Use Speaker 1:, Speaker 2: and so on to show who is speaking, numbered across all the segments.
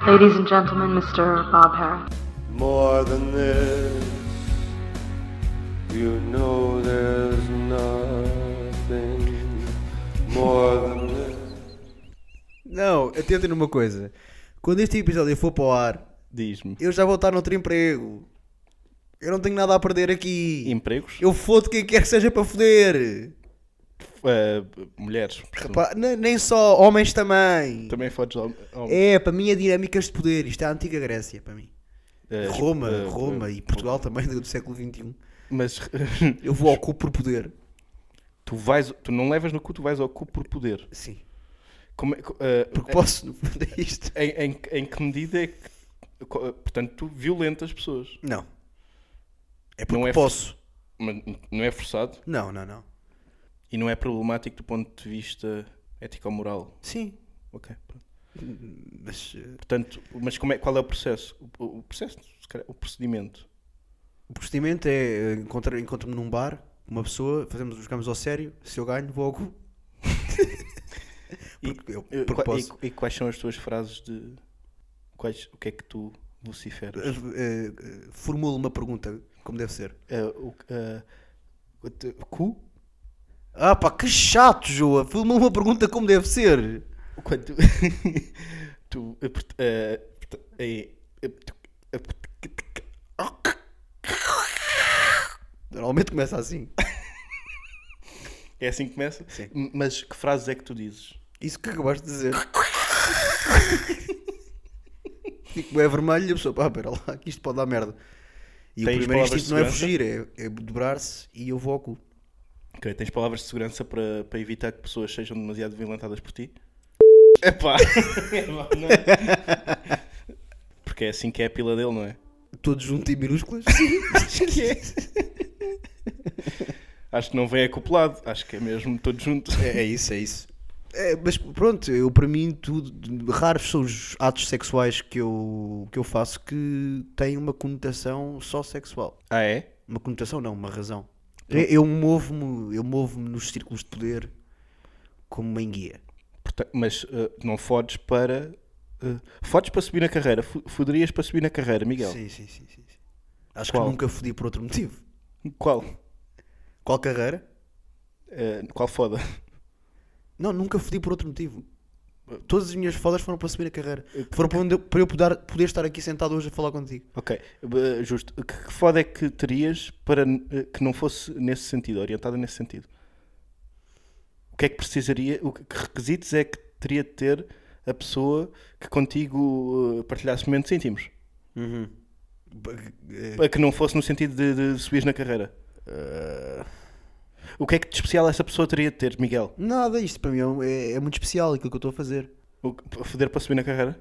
Speaker 1: Ladies and gentlemen, Mr. Bob Harris.
Speaker 2: More than this, you know there's nothing more than this.
Speaker 3: Não, atentem numa coisa. Quando este episódio for para o ar,
Speaker 4: Diz-me.
Speaker 3: eu já vou estar noutro emprego. Eu não tenho nada a perder aqui.
Speaker 4: Empregos?
Speaker 3: Eu fodo quem quer que seja para foder.
Speaker 4: Eh, mulheres. portanto.
Speaker 3: Pá, ne- nem só, homens também.
Speaker 4: Também fodes hom- hom-
Speaker 3: É, para mim é dinâmicas de poder. Isto é a antiga Grécia, para mim.
Speaker 4: eh,
Speaker 3: Roma,
Speaker 4: eh,
Speaker 3: Roma
Speaker 4: eh,
Speaker 3: e Portugal também do século um. XXI.
Speaker 4: Mas
Speaker 3: é, Eu vou ao cu por poder.
Speaker 4: tu, vais, tu não levas no cu, tu vais ao cu por poder.
Speaker 3: Sim.
Speaker 4: Como é que, eh,
Speaker 3: Porque posso, no fundo, é isto.
Speaker 4: em, em, em que medida é que. co- eh, Portanto, tu violentas pessoas.
Speaker 3: Não. É porque
Speaker 4: Não é
Speaker 3: posso.
Speaker 4: Mas não é forçado
Speaker 3: Não, não, não.
Speaker 4: e não é problemático do ponto de vista ético ou moral.
Speaker 3: Sim.
Speaker 4: Ok. pronto.
Speaker 3: Mas eh,
Speaker 4: Portanto, mas como é, qual é o processo? O, o- o processo, se calhar, o procedimento.
Speaker 3: o procedimento é eh, encontro- encontro-me num bar, uma pessoa, fazemos, jogamos ao sério, se eu ganho, vou ao cu. Porque eu-
Speaker 4: E,
Speaker 3: porque
Speaker 4: qua-
Speaker 3: posso.
Speaker 4: e- e quais são as tuas frases de. Quais, o que é que tu vociferas?
Speaker 3: Eh, eh, Formulo uma pergunta, como deve ser.
Speaker 4: Eh, o, eh, o te- cu?
Speaker 3: Ah pá, que chato, Joa! Formulo uma pergunta como deve ser.
Speaker 4: Quando tu. tu. eh, port- eh, port- eh, eh, tu- eh, port-
Speaker 3: Normalmente começa assim.
Speaker 4: É assim que começa?
Speaker 3: Sim.
Speaker 4: M- Mas que frases é que tu dizes?
Speaker 3: Isso que acabaste de dizer. Fico bem vermelho e a pessoa, pá, pera lá, que isto pode dar merda. E
Speaker 4: Tens
Speaker 3: o primeiro
Speaker 4: palavras
Speaker 3: instinto
Speaker 4: de
Speaker 3: não é fugir,
Speaker 4: segurança?
Speaker 3: é, é dobrar-se e eu vou ao cu.
Speaker 4: Ok, tens palavras de segurança para, para evitar que pessoas sejam demasiado violentadas por ti? Epá! Epá, não é? Porque é assim que é a pila dele, não é?
Speaker 3: Todos juntos e minúsculas?
Speaker 4: Acho que é. Acho que não vem acoplado, acho que é mesmo todo junto.
Speaker 3: é, é isso, é isso. É, mas pronto, eu para mim, tudo, raros são os atos sexuais que eu, que eu faço que têm uma conotação só sexual.
Speaker 4: Ah, é?
Speaker 3: Uma conotação não, uma razão.
Speaker 4: Então?
Speaker 3: Eu, eu movo-me eu movo-me nos círculos de poder como uma enguia.
Speaker 4: Porta- mas eh, não fodes para. eh, fodes para subir na carreira, fu- foderias para subir na carreira, Miguel.
Speaker 3: Sim, sim, sim, sim, sim. Acho
Speaker 4: Qual?
Speaker 3: que nunca fodi por outro motivo.
Speaker 4: Qual?
Speaker 3: Qual carreira?
Speaker 4: Eh, qual foda?
Speaker 3: Não, nunca fodi por outro motivo. Todas as minhas fodas foram para subir a carreira. Foram para, onde eu, para eu poder, poder estar aqui sentado hoje a falar contigo.
Speaker 4: Ok, eh, justo. Que, que foda é que terias para eh, que não fosse nesse sentido, orientada nesse sentido? O que é que precisaria, o que que requisitos é que teria de ter a pessoa que contigo eh, partilhasse momentos íntimos? Para que não fosse no sentido de, de subir na carreira? Ah, O que é que de especial essa pessoa teria de ter, Miguel?
Speaker 3: Nada, isto para mim é um- é, é muito especial aquilo que eu estou a fazer.
Speaker 4: O, que- foder para subir na carreira?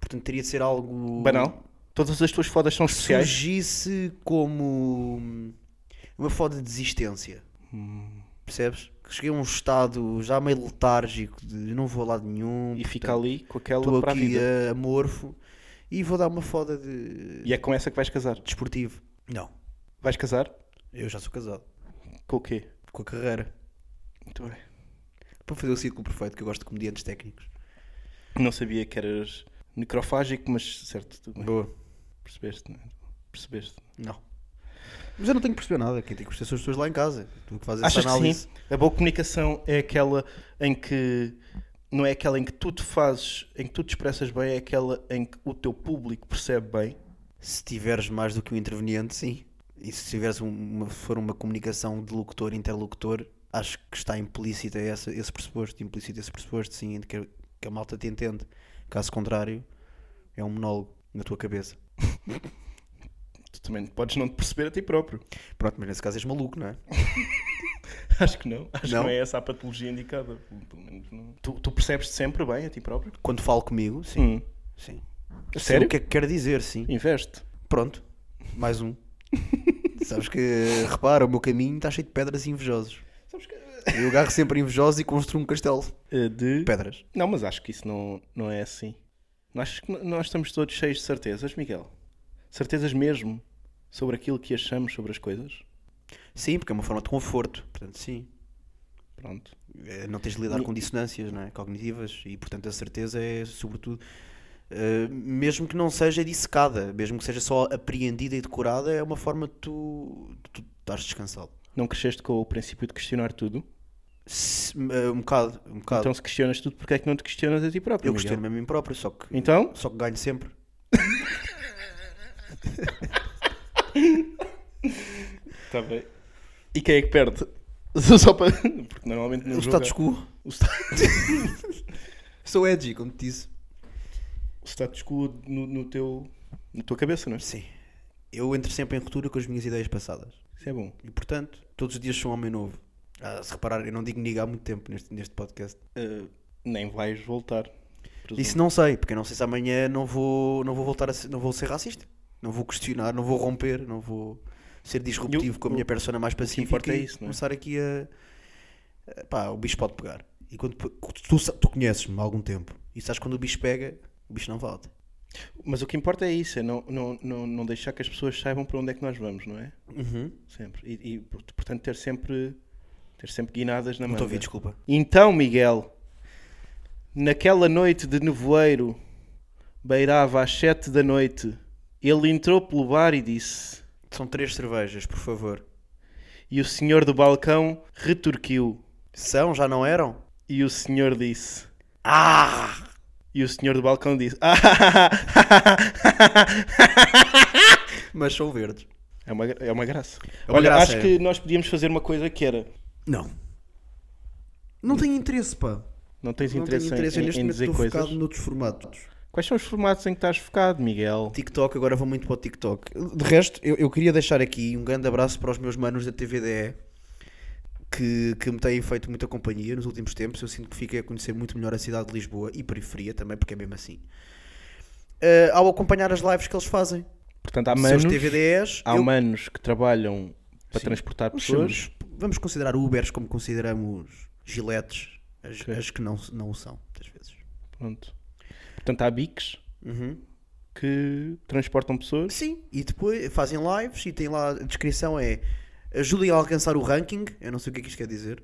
Speaker 3: Portanto, teria de ser algo.
Speaker 4: Banal? Todas as tuas fodas são especiais?
Speaker 3: Surgisse como uma foda de desistência.
Speaker 4: Hum.
Speaker 3: Percebes? Que Cheguei a um estado já meio letárgico de eu não vou a lado nenhum.
Speaker 4: E fica
Speaker 3: portanto,
Speaker 4: ali com aquela
Speaker 3: Estou
Speaker 4: para a
Speaker 3: aqui
Speaker 4: vida.
Speaker 3: a amorfo e vou dar uma foda de
Speaker 4: E é com essa que vais casar?
Speaker 3: desportivo. Não,
Speaker 4: Vais casar?
Speaker 3: eu já sou casado.
Speaker 4: Com o quê?
Speaker 3: Com a carreira.
Speaker 4: Muito bem.
Speaker 3: Para fazer o círculo perfeito, que eu gosto de comediantes técnicos.
Speaker 4: Não sabia que eras necrofágico, mas certo, tudo bem.
Speaker 3: Boa.
Speaker 4: Percebeste, não é? Percebeste.
Speaker 3: Não. Mas eu não tenho que perceber nada. Quem tem que perceber são as pessoas lá em casa. Tu que fazes
Speaker 4: Achas
Speaker 3: essa
Speaker 4: que
Speaker 3: análise.
Speaker 4: sim? A boa comunicação é aquela em que. Não é aquela em que tu te fazes, em que tu te expressas bem, é aquela em que o teu público percebe bem.
Speaker 3: Se tiveres mais do que um interveniente, sim. E se tiveres um- uma, se for uma comunicação de locutor-interlocutor, acho que está implícita essa, esse pressuposto. Implícito esse pressuposto, sim, de que, que a malta te entende. Caso contrário, é um monólogo na tua cabeça.
Speaker 4: Tu também podes não te perceber a ti próprio.
Speaker 3: Pronto, mas nesse caso és maluco, não é?
Speaker 4: Acho que não. Acho
Speaker 3: Não?
Speaker 4: que não é essa a patologia indicada. Pelo menos não. Tu, tu percebes-te sempre bem a ti próprio?
Speaker 3: Quando falo comigo, sim.
Speaker 4: Sim.
Speaker 3: sim. Sei
Speaker 4: Sério?
Speaker 3: o que é que quer dizer, sim.
Speaker 4: Investe.
Speaker 3: Pronto, mais um. Sabes que, repara, o meu caminho está cheio de pedras e invejosos.
Speaker 4: Sabes que.
Speaker 3: Eu agarro sempre invejosos e construo um castelo.
Speaker 4: eh, De.
Speaker 3: Pedras.
Speaker 4: Não, mas acho que isso não, não é assim. Nós, nós estamos todos cheios de certezas, Miguel. Certezas mesmo sobre aquilo que achamos sobre as coisas.
Speaker 3: Sim, porque é uma forma de conforto. Portanto, sim.
Speaker 4: Pronto.
Speaker 3: Eh, Não tens de lidar com dissonâncias não é? cognitivas e, portanto, a certeza é, sobretudo, Uh, mesmo que não seja dissecada, mesmo que seja só apreendida e decorada, é uma forma de tu, de tu estás descansado.
Speaker 4: Não cresceste com o princípio de questionar tudo?
Speaker 3: Se- uh, um bocado, um bocado.
Speaker 4: Então, se questionas tudo, porque é que não te questionas a ti próprio?
Speaker 3: eu
Speaker 4: Miguel?
Speaker 3: questiono-me a mim próprio, só que,
Speaker 4: Então,
Speaker 3: só que ganho sempre.
Speaker 4: está Tá bem. E quem é que perde? Só para. Porque normalmente não
Speaker 3: O status quo.
Speaker 4: O sta-
Speaker 3: Sou edgy, como te disse.
Speaker 4: o status quo no, no teu. na tua cabeça, não é?
Speaker 3: Sim. Eu entro sempre em ruptura com as minhas ideias passadas.
Speaker 4: Isso é bom.
Speaker 3: E portanto, todos os dias sou um homem novo. Ah, se reparar, eu não digo niga há muito tempo neste, neste podcast.
Speaker 4: Uh, nem vais voltar. presumo.
Speaker 3: Isso não sei, porque eu não sei se amanhã não vou, não vou voltar a ser, não vou ser racista. Não vou questionar, não vou romper, não vou ser disruptivo
Speaker 4: Eu-
Speaker 3: com a minha
Speaker 4: eu-
Speaker 3: persona mais pacífica
Speaker 4: importa é
Speaker 3: e
Speaker 4: isso, não é?
Speaker 3: começar aqui a... a- Pá, o bicho pode pegar. E quando pe- tu, sa- tu conheces-me há algum tempo e sabes quando o bicho pega, o bicho não volta.
Speaker 4: Mas o que importa é isso, é não, não, não, não deixar que as pessoas saibam para onde é que nós vamos, não é?
Speaker 3: Uhum.
Speaker 4: Sempre. E, e, por- portanto, ter sempre, ter sempre guinadas na
Speaker 3: Não estou a
Speaker 4: mão.
Speaker 3: ouvir, desculpa.
Speaker 4: Então, Miguel, naquela noite de nevoeiro, beirava às sete da noite, ele entrou pelo bar e disse.
Speaker 3: São três cervejas, por favor.
Speaker 4: E o senhor do balcão retorquiu.
Speaker 3: São, já não eram?
Speaker 4: E o senhor disse.
Speaker 3: Ah!
Speaker 4: E o senhor do balcão disse.
Speaker 3: Mas são verdes.
Speaker 4: É uma, gra- é uma graça.
Speaker 3: É uma
Speaker 4: Olha,
Speaker 3: graça,
Speaker 4: acho
Speaker 3: é.
Speaker 4: que nós podíamos fazer uma coisa que era.
Speaker 3: Não. Não tenho interesse, pá.
Speaker 4: Não tens
Speaker 3: Não
Speaker 4: interesse,
Speaker 3: tenho interesse.
Speaker 4: em,
Speaker 3: Eu
Speaker 4: em-
Speaker 3: neste
Speaker 4: em
Speaker 3: momento
Speaker 4: dizer
Speaker 3: estou
Speaker 4: coisas?
Speaker 3: focado noutros formatos.
Speaker 4: Quais são os formatos em que estás focado, Miguel?
Speaker 3: TikTok, agora vou muito para o TikTok. De resto, eu, eu queria deixar aqui um grande abraço para os meus manos da TVDE que, que me têm feito muita companhia nos últimos tempos. Eu sinto que fiquei a conhecer muito melhor a cidade de Lisboa e periferia também, porque é mesmo assim. Eh, ao acompanhar as lives que eles fazem.
Speaker 4: Portanto, há
Speaker 3: São os
Speaker 4: manos,
Speaker 3: TVDEs.
Speaker 4: há
Speaker 3: eu-
Speaker 4: manos que trabalham para transportar
Speaker 3: Vamos
Speaker 4: pessoas.
Speaker 3: chamar- Vamos considerar Ubers como consideramos giletes, as, as que não, não o são, às vezes.
Speaker 4: Pronto. Portanto, há bics
Speaker 3: Uhum.
Speaker 4: que transportam pessoas.
Speaker 3: Sim, e depois fazem lives e tem lá a descrição é ajudem a alcançar o ranking, eu não sei o que é que isto quer dizer.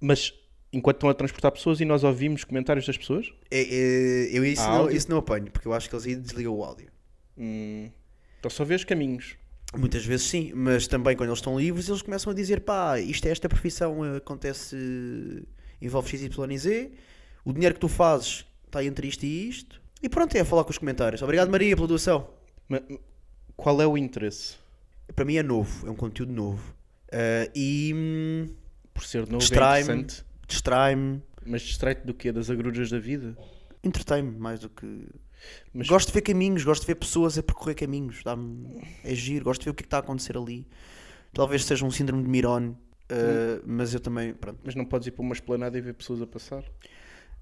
Speaker 4: Mas enquanto estão a transportar pessoas e nós ouvimos comentários das pessoas?
Speaker 3: É, é, eu isso
Speaker 4: Há
Speaker 3: não,
Speaker 4: áudio?
Speaker 3: isso não apanho, porque eu acho que eles aí desligam o áudio.
Speaker 4: Hum. Então só vês caminhos.
Speaker 3: Muitas vezes sim, mas também quando eles estão livres eles começam a dizer pá, isto é esta profissão, eh, acontece, eh, envolve XYZ, o dinheiro que tu fazes está entre isto e isto. E pronto, é a falar com os comentários. Obrigado Maria pela doação.
Speaker 4: Ma- qual é o interesse?
Speaker 3: para mim é novo, é um conteúdo novo. Ah, e hum,
Speaker 4: Por ser novo é
Speaker 3: distrai-me,
Speaker 4: interessante.
Speaker 3: distrai-me,
Speaker 4: Mas distrai-te do quê? Das agruras da vida?
Speaker 3: entretém-me mais do que.
Speaker 4: Mas-
Speaker 3: Gosto de ver caminhos, gosto de ver pessoas a percorrer caminhos, dá-me é giro, gosto de ver o que é que está a acontecer ali. Talvez seja um síndrome de Miron, ah, mas eu também, pronto.
Speaker 4: Mas não podes ir para uma esplanada e ver pessoas a passar?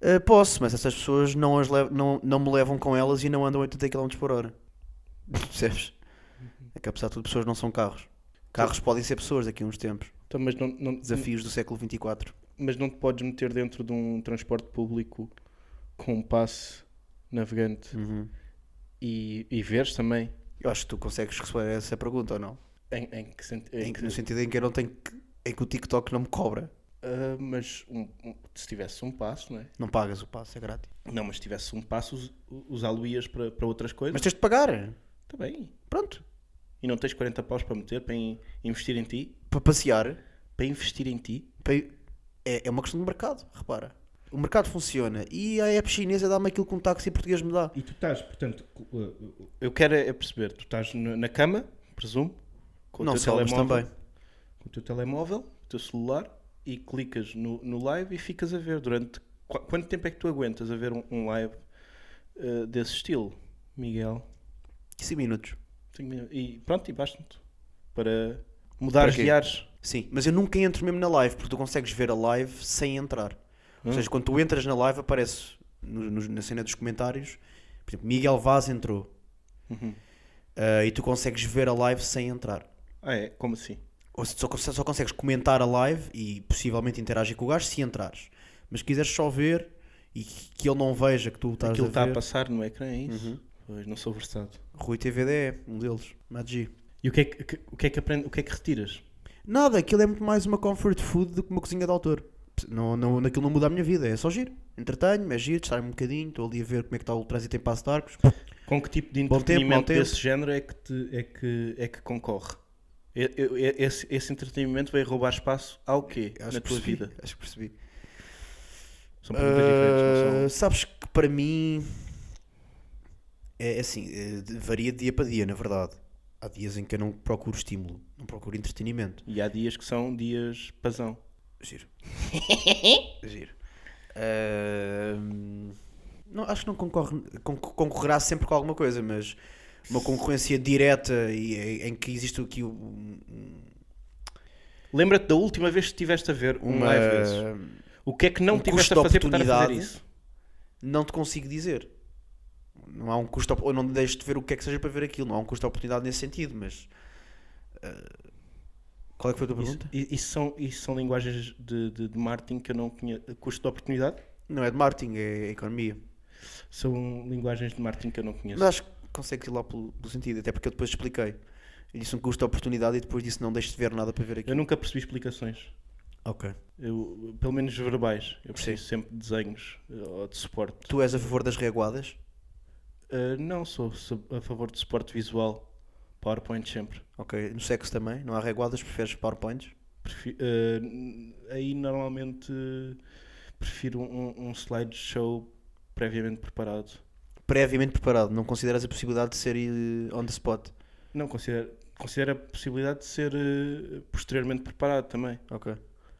Speaker 3: Ah, posso, mas essas pessoas não, as lev- não, não me levam com elas e não andam a 80 km por hora. Percebes? É que apesar de tudo, pessoas não são carros. Carros podem ser pessoas daqui a uns tempos.
Speaker 4: Então, mas, não, não-
Speaker 3: Desafios do século 24.
Speaker 4: mas não te podes meter dentro de um transporte público com um passe
Speaker 3: Hum.
Speaker 4: navegante e, e veres também
Speaker 3: Eu acho que tu consegues responder a essa pergunta ou não?
Speaker 4: em, em que sentido.
Speaker 3: Em que- no sentido em que eu não tenho que, em que o TikTok não me cobra.
Speaker 4: mas um- um- se tivesse um passo, não é?
Speaker 3: Não pagas o passo, é grátis.
Speaker 4: Não, mas se tivesse um passo, us- usá-lo-ias para, para outras coisas.
Speaker 3: Mas tens de pagar.
Speaker 4: Está bem.
Speaker 3: Pronto.
Speaker 4: E não tens 40 paus para meter, para in- investir em ti?
Speaker 3: Para passear.
Speaker 4: Para investir em ti?
Speaker 3: para- É, é uma questão de mercado, repara. O mercado funciona e a app chinesa dá-me aquilo que um táxi português me dá.
Speaker 4: E tu estás, portanto, eu quero é perceber, tu estás na na cama, presumo, com o
Speaker 3: não
Speaker 4: teu
Speaker 3: só, mas
Speaker 4: telemóvel,
Speaker 3: também.
Speaker 4: com o teu telemóvel, o teu celular e clicas no, no live e ficas a ver durante qu- quanto tempo é que tu aguentas a ver um, um live eh, desse estilo, Miguel?
Speaker 3: 5 minutos.
Speaker 4: Cinco minu- E pronto, e basta-te para mudar
Speaker 3: quê?
Speaker 4: de ares.
Speaker 3: Sim, mas eu nunca entro mesmo na live, porque tu consegues ver a live sem entrar. Ou
Speaker 4: Hum?
Speaker 3: seja, quando tu entras na live, aparece no- no- na cena dos comentários, por exemplo, Miguel Vaz entrou.
Speaker 4: Uhum.
Speaker 3: Ah, e tu consegues ver a live sem entrar.
Speaker 4: Ah, é? Como assim?
Speaker 3: Ou se só, conse- só consegues comentar a live e possivelmente interagir com o gajo se entrares. Mas se quiseres só ver e que que ele não veja que tu estás a
Speaker 4: Aquilo está a
Speaker 3: ver.
Speaker 4: passar no ecrã, é isso? Pois, não sou versado.
Speaker 3: Rui TVD é um deles, Magi.
Speaker 4: E o que é que, que- o que, é que, aprende, o que, é que retiras?
Speaker 3: Nada, aquilo é muito mais uma comfort food do que uma cozinha de autor. Não, não, aquilo não muda a minha vida, é só giro. entretenho-me, é giro, distraio-me um bocadinho, estou ali a ver como é que está o trânsito em Passo de Arcos.
Speaker 4: Com que tipo de
Speaker 3: Bom tempo,
Speaker 4: entretenimento
Speaker 3: bom tempo.
Speaker 4: desse género é que, te- é que, é que concorre? E- e- Esse, esse entretenimento vai roubar espaço ao quê
Speaker 3: Acho
Speaker 4: na
Speaker 3: que
Speaker 4: tua
Speaker 3: percebi,
Speaker 4: vida?
Speaker 3: Acho que percebi.
Speaker 4: São perguntas diferentes, não
Speaker 3: Ah,
Speaker 4: são?
Speaker 3: sabes que para mim é é assim, é, de- varia de dia para dia, na verdade. Há dias em que eu não procuro estímulo, não procuro entretenimento.
Speaker 4: E há dias que são dias pasão.
Speaker 3: Giro. Giro. Ah, não, acho que não concorre, con- concorrerá sempre com alguma coisa, mas uma concorrência direta e, em- em que existe aqui um-
Speaker 4: Lembra-te da última vez que estiveste a ver um
Speaker 3: uma.
Speaker 4: live desses? O que é que não
Speaker 3: um
Speaker 4: tiveste
Speaker 3: custo
Speaker 4: a
Speaker 3: de
Speaker 4: fazer por estar a fazer
Speaker 3: oportunidade.
Speaker 4: isso?
Speaker 3: não te consigo dizer. Não há um custo, ou não deixo de ver o que é que seja para ver aquilo, não há um custo de oportunidade nesse sentido, mas. ah, qual é que foi a tua
Speaker 4: Isso,
Speaker 3: pergunta?
Speaker 4: i- isso são, isso são linguagens de, de, de marketing que eu não conheço. Custo de oportunidade?
Speaker 3: Não é de marketing, é economia.
Speaker 4: São linguagens de marketing que eu não conheço.
Speaker 3: Mas acho que consegue ir lá pelo, pelo sentido, até porque eu depois expliquei. Eu disse um custo de oportunidade e depois disse não deixo de ver nada para ver
Speaker 4: Eu
Speaker 3: aquilo.
Speaker 4: nunca percebi explicações.
Speaker 3: Ok.
Speaker 4: Eu, pelo menos verbais. Eu preciso
Speaker 3: Sim.
Speaker 4: sempre de desenhos eh, ou de suporte.
Speaker 3: Tu és a favor das reguadas?
Speaker 4: Eh, não, sou, sou a favor de suporte visual. PowerPoint sempre.
Speaker 3: Ok. No sexo também? Não há reguadas? Preferes PowerPoints?
Speaker 4: Prefi- eh, n- aí normalmente eh, prefiro um, um slideshow previamente preparado.
Speaker 3: Previamente preparado, não consideras a possibilidade de ser eh, on the spot?
Speaker 4: Não, considero, considero a possibilidade de ser eh, posteriormente preparado também.
Speaker 3: Ok.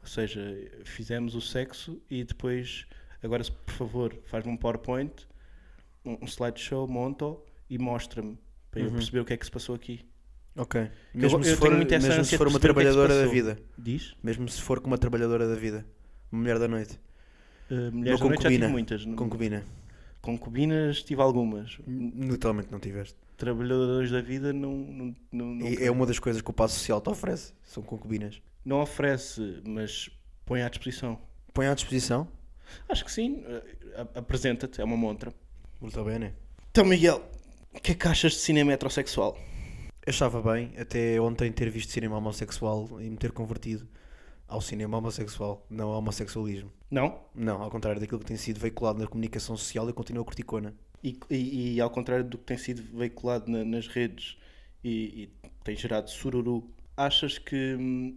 Speaker 4: Ou seja, fizemos o sexo e depois, agora se- por favor, faz-me um PowerPoint, um, um slideshow, monto e mostra-me para eu perceber o que é que se passou aqui.
Speaker 3: Ok.
Speaker 4: Eu-
Speaker 3: Uhum. Mesmo
Speaker 4: eu
Speaker 3: se
Speaker 4: tenho
Speaker 3: for,
Speaker 4: muito essa
Speaker 3: mesmo
Speaker 4: ânsia
Speaker 3: se
Speaker 4: de
Speaker 3: for uma
Speaker 4: perceber o que é que se
Speaker 3: trabalhadora da
Speaker 4: passou.
Speaker 3: vida.
Speaker 4: Diz?
Speaker 3: Mesmo se for com uma trabalhadora da vida, uma mulher da noite,
Speaker 4: Eh, mulheres da
Speaker 3: Uma
Speaker 4: noite já tive
Speaker 3: concubina.
Speaker 4: muitas. não-
Speaker 3: concubina.
Speaker 4: Concubinas tive algumas.
Speaker 3: Hum. Totalmente não tiveste.
Speaker 4: Trabalhadores da vida não, não, não, não
Speaker 3: E é uma das coisas que o passo social te oferece. São concubinas.
Speaker 4: Não oferece, mas põe à disposição.
Speaker 3: Põe à disposição.
Speaker 4: Acho que sim. eh, a- Apresenta-te, é uma montra.
Speaker 3: Muito bem, né?
Speaker 4: Então, Miguel, o que é que achas de cinema heterossexual?
Speaker 3: Achava bem até ontem ter visto cinema homossexual e me ter convertido ao cinema homossexual, não ao homossexualismo.
Speaker 4: Não?
Speaker 3: Não, ao contrário daquilo que tem sido veiculado na comunicação social, eu continuo a corticona.
Speaker 4: E, e- e ao contrário do que tem sido veiculado na- nas redes e, e tem gerado sururu, achas que hum,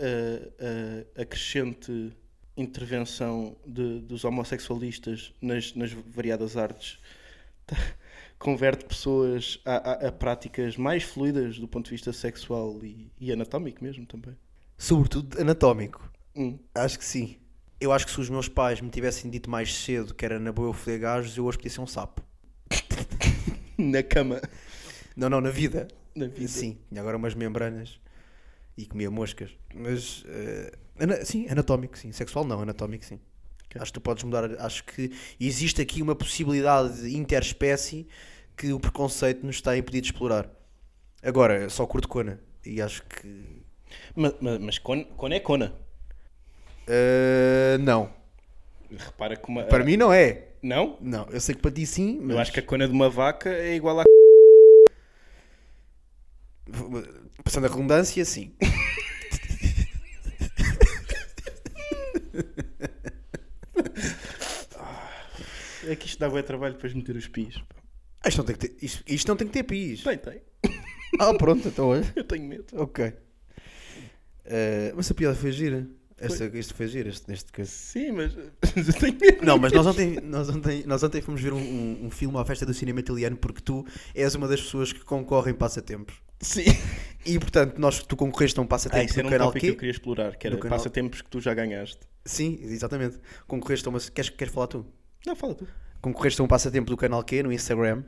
Speaker 4: a, a- a crescente intervenção de- dos homossexualistas nas, nas variadas artes tá- converte pessoas a, a- a práticas mais fluidas do ponto de vista sexual e, e anatómico mesmo também?
Speaker 3: Sobretudo anatómico.
Speaker 4: Hum.
Speaker 3: Acho que sim. Eu acho que se os meus pais me tivessem dito mais cedo que era na boa eu foder gajos, eu hoje podia ser um sapo.
Speaker 4: Na cama,
Speaker 3: Não, não, na vida.
Speaker 4: na vida.
Speaker 3: Sim, tinha agora umas membranas e comia moscas. Mas, eh, ana- sim, anatómico, sim. Sexual não, anatómico, sim.
Speaker 4: Ok.
Speaker 3: Acho que tu podes mudar. Acho que existe aqui uma possibilidade interespécie que o preconceito nos está a impedir de explorar. Agora, eu só curto cona. E acho que.
Speaker 4: Mas, mas, mas con- con é cona.
Speaker 3: eh, não.
Speaker 4: Repara que uma...
Speaker 3: Para mim não é.
Speaker 4: Não?
Speaker 3: Não, eu sei que para ti sim, mas.
Speaker 4: Eu acho que a cona de uma vaca é igual à
Speaker 3: Passando a redundância, sim.
Speaker 4: É que isto dá bué trabalho depois meter os pis.
Speaker 3: Isto não tem que ter, isto, isto não tem que ter pis.
Speaker 4: Tem, tem.
Speaker 3: Ah, pronto, então olha.
Speaker 4: Eu tenho medo.
Speaker 3: Ok. Eh, mas a piada foi gira. Esta, Este foi gira, este, neste caso.
Speaker 4: Sim, mas mas eu tenho medo.
Speaker 3: Não, mas nós ontem, nós ontem, nós ontem fomos ver um, um, um filme à festa do cinema italiano porque tu és uma das pessoas que concorrem passatempos.
Speaker 4: Sim.
Speaker 3: E portanto, nós, tu concorreste a um
Speaker 4: Ah,
Speaker 3: passatempo
Speaker 4: isso era
Speaker 3: do
Speaker 4: um
Speaker 3: canal
Speaker 4: tópico que eu
Speaker 3: Q.
Speaker 4: queria explorar, que era
Speaker 3: Do canal-
Speaker 4: passatempos que tu já ganhaste.
Speaker 3: Sim, exatamente. Concorreste a uma. Queres, queres falar tu?
Speaker 4: Não, fala tu.
Speaker 3: concorreste a um passatempo do canal Q no Instagram.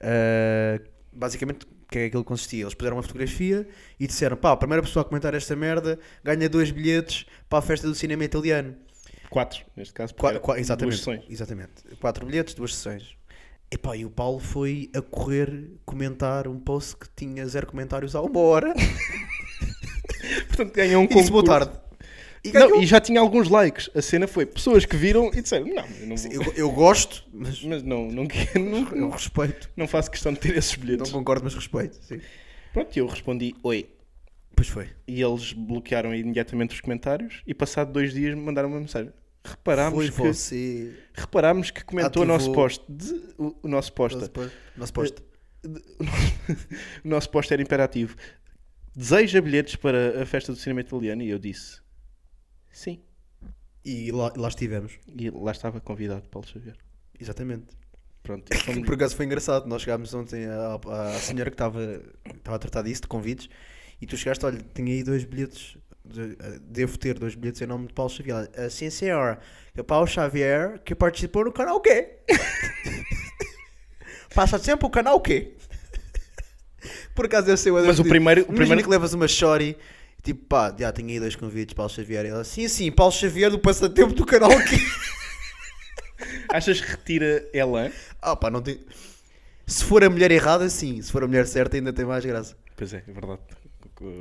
Speaker 3: Uh, basicamente, o que é que aquilo que consistia? Eles puseram uma fotografia e disseram: pá, a primeira pessoa a comentar esta merda ganha dois bilhetes para a festa do cinema italiano.
Speaker 4: Quatro, neste caso. porque
Speaker 3: Qua-
Speaker 4: era
Speaker 3: qua- exatamente,
Speaker 4: É, duas sessões.
Speaker 3: exatamente. Quatro bilhetes, duas sessões. Epá, e o Paulo foi a correr comentar um post que tinha zero comentários há uma hora
Speaker 4: Portanto, ganhou um
Speaker 3: e disse boa
Speaker 4: concurso.
Speaker 3: tarde. E
Speaker 4: Não,
Speaker 3: ganhou.
Speaker 4: e já tinha alguns likes. A cena foi pessoas que viram e disseram: Não, eu não vou.
Speaker 3: Eu, eu gosto, mas
Speaker 4: Mas não, não, quero, não,
Speaker 3: eu respeito.
Speaker 4: não faço questão de ter esses
Speaker 3: Não
Speaker 4: bilhetes.
Speaker 3: concordo, mas respeito. Sim.
Speaker 4: Pronto, e eu respondi: Oi.
Speaker 3: Pois foi.
Speaker 4: E eles bloquearam imediatamente os comentários e passado dois dias me mandaram uma mensagem. reparámos
Speaker 3: Foi
Speaker 4: que,
Speaker 3: você.
Speaker 4: reparámos que comentou o nosso
Speaker 3: Ativou-
Speaker 4: post. de- o, o nosso posta.
Speaker 3: Nosso posto.
Speaker 4: O nosso post era imperativo. Deseja bilhetes para a festa do cinema italiano? E eu disse sim.
Speaker 3: E lá, lá estivemos.
Speaker 4: E lá estava convidado Paulo Xavier.
Speaker 3: Exatamente.
Speaker 4: Pronto, e como-
Speaker 3: Por acaso foi engraçado. Nós chegámos ontem à, à- à senhora que estava estava a tratar disso, de convites, e tu chegaste, olha, tinha aí dois bilhetes. de- eh, Devo ter dois bilhetes em nome de Paulo Xavier. Ela, "Ah, Sim, senhora. Que é Paulo Xavier que participou no karaokê. Passa sempre o karaokê. Por acaso eu sei
Speaker 4: Mas o primeiro- o
Speaker 3: Imagina
Speaker 4: primeiro-
Speaker 3: que levas uma chori. Tipo, pá, já tinha aí dois convites, Paulo Xavier. Ela, sim, sim, Paulo Xavier do passatempo do karaokê.
Speaker 4: achas que retira Elan?
Speaker 3: Ah, pá, não tem. Se for a mulher errada, sim. Se for a mulher certa, ainda tem mais graça.
Speaker 4: Pois é, é verdade.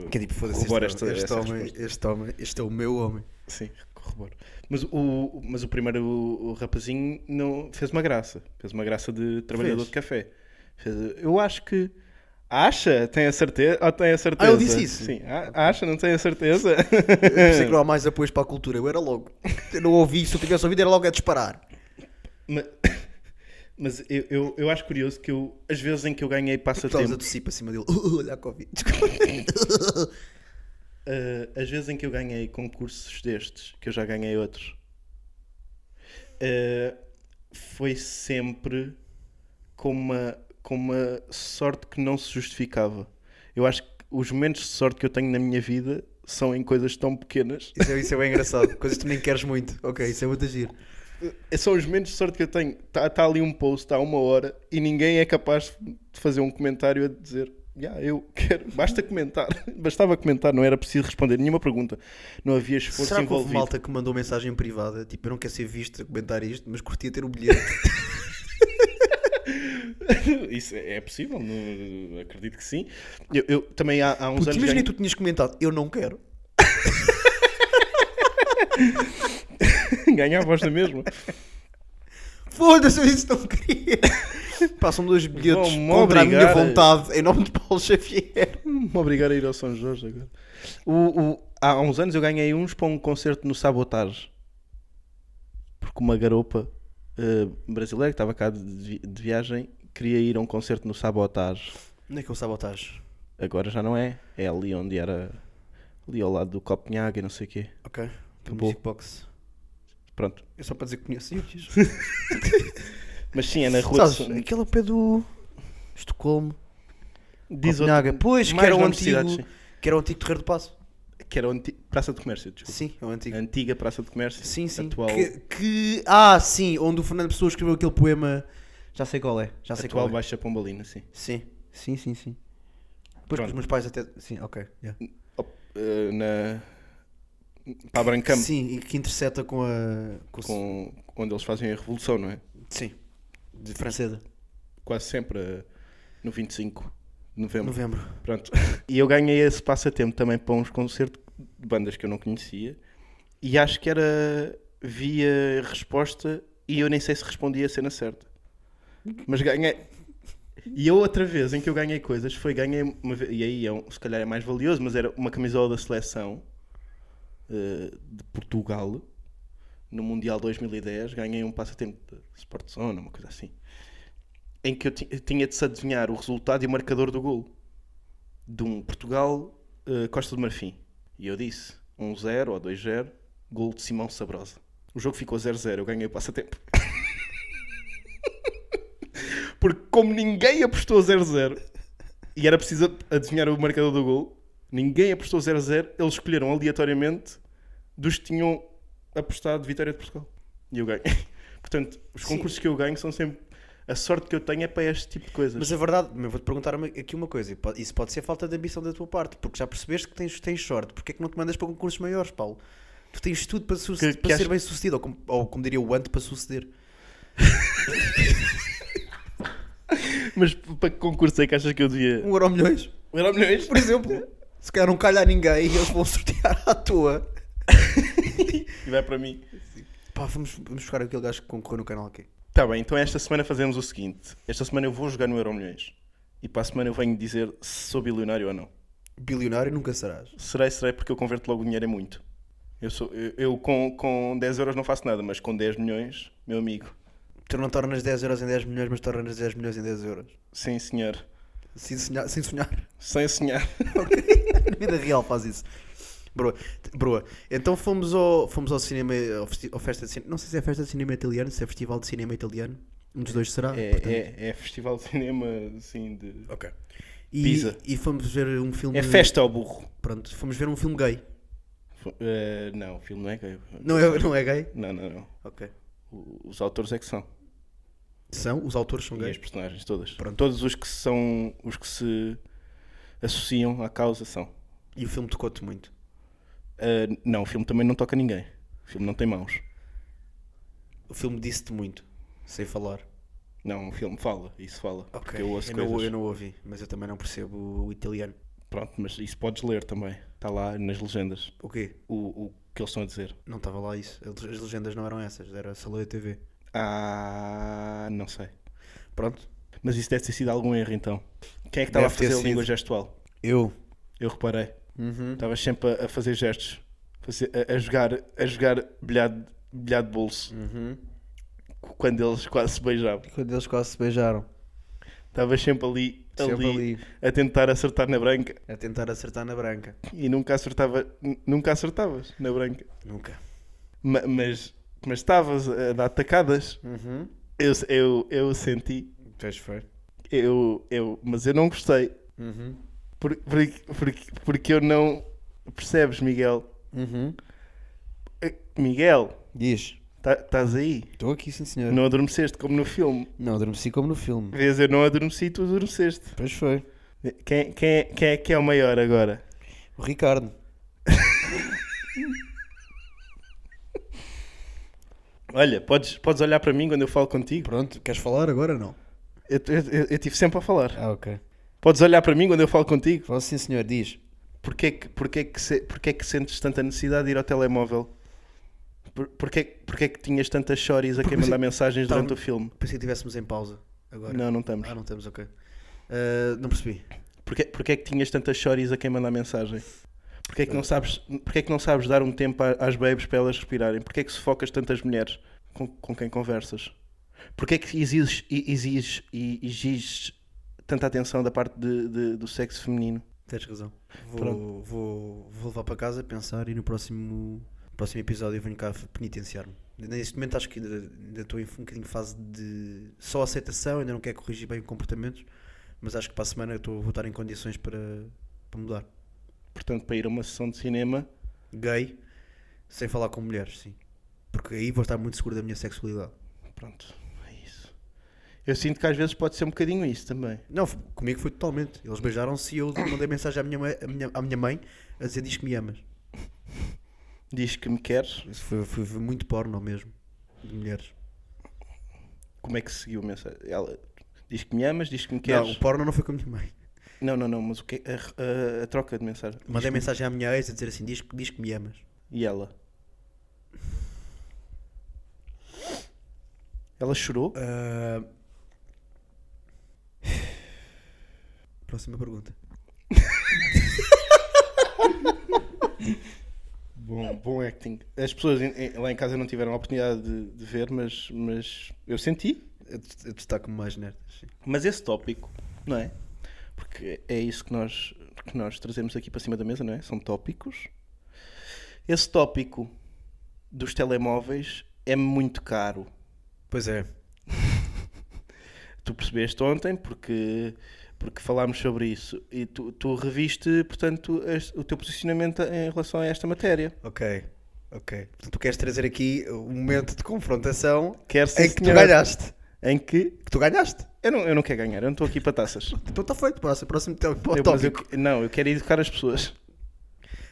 Speaker 3: Que é tipo, foda-se.
Speaker 4: Corrobora
Speaker 3: Este,
Speaker 4: esta-
Speaker 3: este
Speaker 4: esta
Speaker 3: homem,
Speaker 4: resposta.
Speaker 3: este homem, este é o meu homem.
Speaker 4: Sim, corroboro. Mas o, mas o primeiro o rapazinho não, fez uma graça. Fez uma graça de trabalhador
Speaker 3: Fez.
Speaker 4: de café. Fez- eu acho que. Acha? Tem a certeza? Ou tem a certeza?
Speaker 3: Ah, ele disse isso?
Speaker 4: Sim. a- acha? Não tem a certeza?
Speaker 3: Eu pensei que não há mais apoios para a cultura. Eu era logo. Eu não ouvi. Se eu tivesse ouvido, era logo a disparar.
Speaker 4: mas mas eu, eu, eu acho curioso que eu, as vezes em que eu ganhei
Speaker 3: Estavas a
Speaker 4: passatempo,
Speaker 3: tossir para cima dele. Uh, olha a Covid. Desculpa.
Speaker 4: ah, as vezes em que eu ganhei concursos destes, que eu já ganhei outros, ah, foi sempre com uma, com uma sorte que não se justificava. Eu acho que os momentos de sorte que eu tenho na minha vida são em coisas tão pequenas.
Speaker 3: Isso é, isso é bem engraçado. Coisas que tu nem queres muito. Ok, isso é muito agir.
Speaker 4: São É os momentos de sorte que eu tenho. Está tá ali um post há uma hora e ninguém é capaz de fazer um comentário a dizer. "Ya, eu quero, basta comentar, bastava comentar, não era preciso responder nenhuma pergunta, não havia esforço
Speaker 3: Será que houve
Speaker 4: envolvido.
Speaker 3: malta que mandou mensagem privada? Tipo, eu não quero ser visto a comentar isto, mas curtia ter o bilhete.
Speaker 4: Isso é é possível, não- acredito que sim. Eu, eu- também há, há uns
Speaker 3: Puto,
Speaker 4: anos.
Speaker 3: Imagina
Speaker 4: ganhei-
Speaker 3: que tu tinhas comentado. Eu não quero.
Speaker 4: Ganhavas na mesma.
Speaker 3: Foda-se, eu disse não queria. Passam-me dois bilhetes
Speaker 4: Vão-me
Speaker 3: contra a minha
Speaker 4: obrigar a-
Speaker 3: vontade em nome de Paulo Xavier.
Speaker 4: Me Hum, obrigar a ir ao São Jorge agora. O- o- há uns anos eu ganhei uns para um concerto no Sabotage. Porque uma garopa eh, brasileira que estava cá de, vi- de viagem queria ir a um concerto no Sabotage.
Speaker 3: Onde é que é o sabotagem?
Speaker 4: Agora já não é. É ali onde era. Ali ao lado do Copenhague e não sei o quê.
Speaker 3: Ok. Do
Speaker 4: Acabou.
Speaker 3: Music Box.
Speaker 4: Pronto.
Speaker 3: É só para dizer que conheço.
Speaker 4: Mas sim, é na rua.
Speaker 3: Sabes,
Speaker 4: de-
Speaker 3: aquele pé do Estocolmo.
Speaker 4: diz outro-
Speaker 3: Copenhaga. Pois, que
Speaker 4: mais
Speaker 3: era, o
Speaker 4: nome de
Speaker 3: antigo,
Speaker 4: cidades, sim.
Speaker 3: que era o antigo Terreiro do Passo.
Speaker 4: Que era a anti- Praça de Comércio, desculpa.
Speaker 3: Sim, é o antigo.
Speaker 4: Antiga Praça de Comércio.
Speaker 3: Sim, sim.
Speaker 4: Atual,
Speaker 3: Que, que- Ah, sim, onde o Fernando Pessoa escreveu aquele poema. Já sei qual é. Já sei
Speaker 4: atual
Speaker 3: qual é.
Speaker 4: Baixa Pombalina, sim.
Speaker 3: Sim. Sim, sim, sim. Depois que os
Speaker 4: Pronto.
Speaker 3: meus pais até. Sim, ok. yeah.
Speaker 4: Op- eh, na... Para a Brancamp,
Speaker 3: Sim, e que intercepta com a. com o-
Speaker 4: com... onde eles fazem a revolução, não é?
Speaker 3: Sim. De francesa.
Speaker 4: Quase sempre eh, no 25 de novembro.
Speaker 3: Novembro.
Speaker 4: Pronto. E eu ganhei esse passatempo também para uns concertos de bandas que eu não conhecia. E acho que era via resposta e eu nem sei se respondi a cena certa. Mas ganhei. E a outra vez em que eu ganhei coisas foi ganhei uma vez, e aí é um- se calhar é mais valioso, mas era uma camisola da seleção eh, de Portugal no Mundial 2010, ganhei um passatempo de Sport Zone, uma coisa assim, em que eu, ti- eu tinha de se adivinhar o resultado e o marcador do golo de um Portugal eh, Costa do Marfim. E eu disse 1-0 ou 2-0, gol de Simão Sabrosa. O jogo ficou 0-0, eu ganhei o passatempo. Porque como ninguém apostou 0-0 e era preciso adivinhar o marcador do gol, ninguém apostou 0-0, eles escolheram aleatoriamente dos que tinham apostado vitória de Portugal. E eu ganhei. Portanto, os concursos que eu ganho são sempre. A sorte que eu tenho é para este tipo de coisas.
Speaker 3: Mas a verdade, eu vou-te perguntar uma- aqui uma coisa. e po- Isso pode ser falta de ambição da tua parte, porque já percebeste que tens, tens sorte. Porque é que não te mandas para concursos maiores, Paulo? Tu tens tudo para, suce-
Speaker 4: Que- que
Speaker 3: para ser
Speaker 4: acho-
Speaker 3: bem sucedido, ou como, ou como diria o Ant, para suceder.
Speaker 4: Mas para que concurso é que achas que eu devia.
Speaker 3: Um euro milhões,
Speaker 4: Era milhões?
Speaker 3: por exemplo. Se calhar não calha a ninguém, eles vão sortear à toa.
Speaker 4: E vai para mim.
Speaker 3: Pá, vamos, vamos buscar aquele gajo que concorreu no canal aqui.
Speaker 4: Tá bem, então esta semana fazemos o seguinte: esta semana eu vou jogar no Euro Milhões. E para a semana eu venho dizer se sou bilionário ou não.
Speaker 3: Bilionário nunca serás.
Speaker 4: Serei, serei, porque eu converto logo o dinheiro em muito. Eu, sou, eu, eu com, com 10 euros não faço nada, mas com 10 milhões, meu amigo.
Speaker 3: Tu não tornas 10 euros em 10 milhões, mas tornas 10 milhões em 10 euros.
Speaker 4: Sim, senhor.
Speaker 3: Sem sonhar. Sem sonhar.
Speaker 4: Sem sonhar.
Speaker 3: Na vida real faz isso. Broa. Broa. Então fomos ao, fomos ao cinema, ao, festi- ao festa de cinema. Não sei se é festa de cinema italiano, se é festival de cinema italiano. Um dos dois será. portanto.
Speaker 4: É, é, é festival de cinema, assim, de...
Speaker 3: Ok. E,
Speaker 4: Pisa.
Speaker 3: e fomos ver um filme.
Speaker 4: É festa ao burro.
Speaker 3: Pronto, fomos ver um filme gay.
Speaker 4: F- eh, não, o filme não é gay.
Speaker 3: Não é, não é gay?
Speaker 4: Não, não, não.
Speaker 3: Ok.
Speaker 4: O- Os autores é que são.
Speaker 3: São, os autores são
Speaker 4: E
Speaker 3: gays.
Speaker 4: as personagens todas.
Speaker 3: Pronto.
Speaker 4: Todos os que são, os que se associam à causa são.
Speaker 3: E o filme tocou-te muito.
Speaker 4: Ah, não, o filme também não toca ninguém. O filme não tem mãos.
Speaker 3: O filme disse-te muito, sem falar.
Speaker 4: Não, o filme fala, isso fala. Porque
Speaker 3: Ok.
Speaker 4: eu ouço
Speaker 3: não,
Speaker 4: coisas.
Speaker 3: eu não ouvi, mas eu também não percebo o italiano.
Speaker 4: Pronto, mas isso podes ler também. Está lá nas legendas
Speaker 3: O quê?
Speaker 4: o, o que eles estão a dizer.
Speaker 3: Não estava lá isso. As as legendas não eram essas, era Salou TV.
Speaker 4: Ah, não sei.
Speaker 3: Pronto.
Speaker 4: Mas isso deve ter sido algum erro então. Quem é que estava a
Speaker 3: Deve ter
Speaker 4: fazer a
Speaker 3: sido.
Speaker 4: língua gestual?
Speaker 3: Eu.
Speaker 4: Eu reparei. Estavas sempre a, a fazer gestos. Fazer- a, a jogar, a jogar bilhado, bilhado de bolso. Quando eles quase se beijavam.
Speaker 3: Quando eles quase se beijaram.
Speaker 4: Estavas sempre ali,
Speaker 3: Sempre
Speaker 4: ali,
Speaker 3: ali.
Speaker 4: a tentar acertar na branca
Speaker 3: A tentar acertar na branca.
Speaker 4: e nunca, acertava, nu- nunca acertavas na branca.
Speaker 3: Nunca.
Speaker 4: Ma- mas, mas estavas a dar tacadas.
Speaker 3: Uhum.
Speaker 4: Eu, eu, eu senti,
Speaker 3: Pois foi.
Speaker 4: eu, eu, mas eu não gostei.
Speaker 3: Uhum.
Speaker 4: Por- porque, porque, porque eu não. Percebes, Miguel?
Speaker 3: Uhum.
Speaker 4: Eh, Miguel,
Speaker 3: Diz.
Speaker 4: tá- estás aí?
Speaker 3: Estou aqui, sim senhor.
Speaker 4: Não adormeceste como no filme.
Speaker 3: Não, adormeci como no filme.
Speaker 4: Vês, eu não adormeci, tu adormeceste.
Speaker 3: Pois foi.
Speaker 4: Quem, quem, é- quem é que é o maior agora?
Speaker 3: O Ricardo.
Speaker 4: Olha, podes, podes olhar para mim quando eu falo contigo?
Speaker 3: Pronto, queres falar agora ou não?
Speaker 4: Eu, eu, eu tive sempre a falar.
Speaker 3: Ah, ok.
Speaker 4: Podes olhar para mim quando eu falo contigo?
Speaker 3: Fala sim senhor, diz.
Speaker 4: Porquê que, porquê que, se- porquê que sentes tanta necessidade de ir ao telemóvel? Por, porquê, porquê que tinhas tantas choris a quem mandar mensagens durante
Speaker 3: Tá-
Speaker 4: o filme?
Speaker 3: Pensei que estivéssemos em pausa agora.
Speaker 4: Não, não estamos.
Speaker 3: Ah, não estamos, ok. Ah, não percebi.
Speaker 4: Porquê, porquê é que tinhas tantas choris a quem mandar mensagem? Porquê é que, não sabes, porquê que não sabes dar um tempo a- às babes para elas respirarem? Porquê é que sufocas tantas mulheres com, com quem conversas? Porquê é que exiges, e- exiges, e exiges tanta atenção da parte de- de- do sexo feminino?
Speaker 3: Tens razão. Vou,
Speaker 4: Pronto.
Speaker 3: vou, vou levar para casa, pensar e no próximo, próximo episódio eu venho cá penitenciar-me. Neste momento acho que ainda, ainda estou em um bocadinho de fase de só aceitação, ainda não quero corrigir bem comportamentos, mas acho que para a semana eu estou, vou estar em condições para, para mudar.
Speaker 4: Portanto, para ir a uma sessão de cinema,
Speaker 3: Gay, sem falar com mulheres, sim. Porque aí vou estar muito seguro da minha sexualidade.
Speaker 4: Pronto, é isso. Eu sinto que às vezes pode ser um bocadinho isso também.
Speaker 3: Não, f- comigo foi totalmente. Eles beijaram-se e eu mandei mensagem à minha, mãe- à minha, à minha mãe a dizer diz que me amas.
Speaker 4: Diz que me queres.
Speaker 3: Isso foi, foi, foi muito porno mesmo, de mulheres.
Speaker 4: Como é que se seguiu a mensagem? Ela diz que me amas, diz que me
Speaker 3: Não,
Speaker 4: queres.
Speaker 3: o porno não foi com a minha mãe.
Speaker 4: Não, não, não, mas o que é, a, a- a troca de mensagem. Diz
Speaker 3: Mandei
Speaker 4: que-
Speaker 3: mensagem à minha ex a dizer assim: diz, que- diz que me amas.
Speaker 4: E ela? Ela chorou?
Speaker 3: Ah, Próxima pergunta.
Speaker 4: Bom, bom é acting. As pessoas em- em- lá em casa não tiveram a oportunidade de, de ver, mas, mas eu senti.
Speaker 3: Eu des- eu destaco-me mais nerds. sim.
Speaker 4: Mas esse tópico, não é? Porque é isso que nós, que nós trazemos aqui para cima da mesa, não é? São tópicos. Esse tópico dos telemóveis é muito caro.
Speaker 3: Pois é.
Speaker 4: Tu percebeste ontem, porque, porque falámos sobre isso. E tu, tu reviste, portanto, as- o teu posicionamento em relação a esta matéria.
Speaker 3: Ok. Ok. Portanto, tu queres trazer aqui um momento de confrontação
Speaker 4: Quero sim,
Speaker 3: em que tu
Speaker 4: senhora.
Speaker 3: ganhaste.
Speaker 4: Em que.
Speaker 3: Que tu ganhaste.
Speaker 4: Eu não, eu não quero ganhar, eu não estou aqui para taças.
Speaker 3: Então está feito. Próximo, próximo teu-
Speaker 4: Eu- mas eu
Speaker 3: tópico.
Speaker 4: que- não, eu quero educar as pessoas.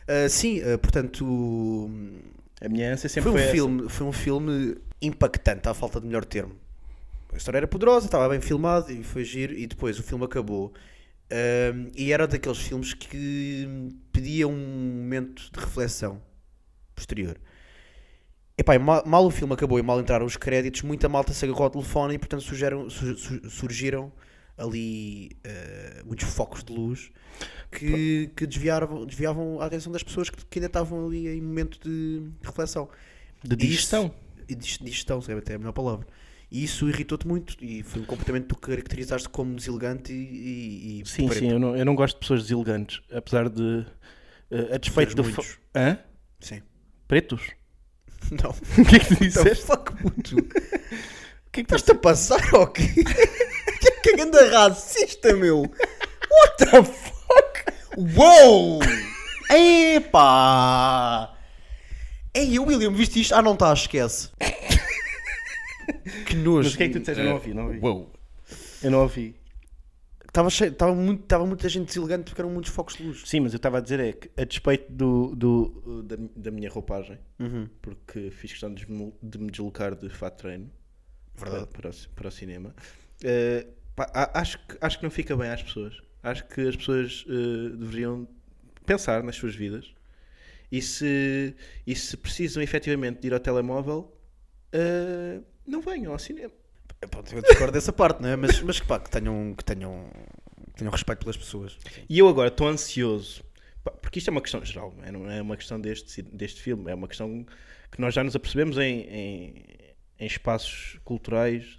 Speaker 3: Ah, sim, ah, portanto, hum,
Speaker 4: A minha ânsia
Speaker 3: foi
Speaker 4: sempre
Speaker 3: um,
Speaker 4: foi, essa.
Speaker 3: filme, foi um filme impactante, à falta de melhor termo. A história era poderosa, estava bem filmado e foi giro, e depois o filme acabou. Ahm, e era daqueles filmes que hum, pedia um momento de reflexão posterior. Epá, e ma- mal, o filme acabou e mal entraram os créditos, muita malta se agarrou ao telefone e portanto surgiram, su- su- surgiram ali eh, muitos focos de luz que, que desviavam, desviavam a atenção das pessoas que, que ainda estavam ali em momento de reflexão.
Speaker 4: De digestão.
Speaker 3: Isso- e dis- Digestão, se calhar até é a melhor palavra. E isso irritou-te muito e foi um comportamento que tu caracterizaste como deselegante e, e- e
Speaker 4: Sim,
Speaker 3: preto.
Speaker 4: sim, eu não, eu não gosto de pessoas deselegantes, apesar de. eh, a despeito do.
Speaker 3: Tens
Speaker 4: fa-
Speaker 3: muitos.
Speaker 4: Hã?
Speaker 3: Sim.
Speaker 4: Pretos?
Speaker 3: Não.
Speaker 4: O que é que tu
Speaker 3: Então,
Speaker 4: disseste?
Speaker 3: fuck muito.
Speaker 4: O que é que tu
Speaker 3: Estás-te a passar ou quê? Que- Que grande racista, meu! What the fuck? Uou! Epá! Ei, William, viste isto? Ah, não está, esquece. Que nojo. Eh,
Speaker 4: Mas o que é que tu disseste? Eu não ouvi, não ouvi.
Speaker 3: Uou!
Speaker 4: Eu não ouvi.
Speaker 3: Estava cheio, estava muito, estava muita gente deselegante porque eram muitos focos de luz.
Speaker 4: Sim, mas eu estava a dizer é que, a despeito do, do- da, da minha roupagem, porque fiz questão de, me- de me deslocar de fato de treino
Speaker 3: Verdade.
Speaker 4: Para, para o, ci- para o cinema, eh, pá, a- acho, que, acho que não fica bem às pessoas. Acho que as pessoas eh, deveriam pensar nas suas vidas e se, e se precisam efetivamente de ir ao telemóvel, eh, não venham ao cinema.
Speaker 3: Pronto, eu discordo dessa parte, não é? Mas, mas que pá, que tenham, que tenham, que tenham respeito pelas pessoas.
Speaker 4: E eu agora estou ansioso, pá, porque isto é uma questão geral, não é? não é uma questão deste, deste filme, é uma questão que nós já nos apercebemos em, em, em espaços culturais,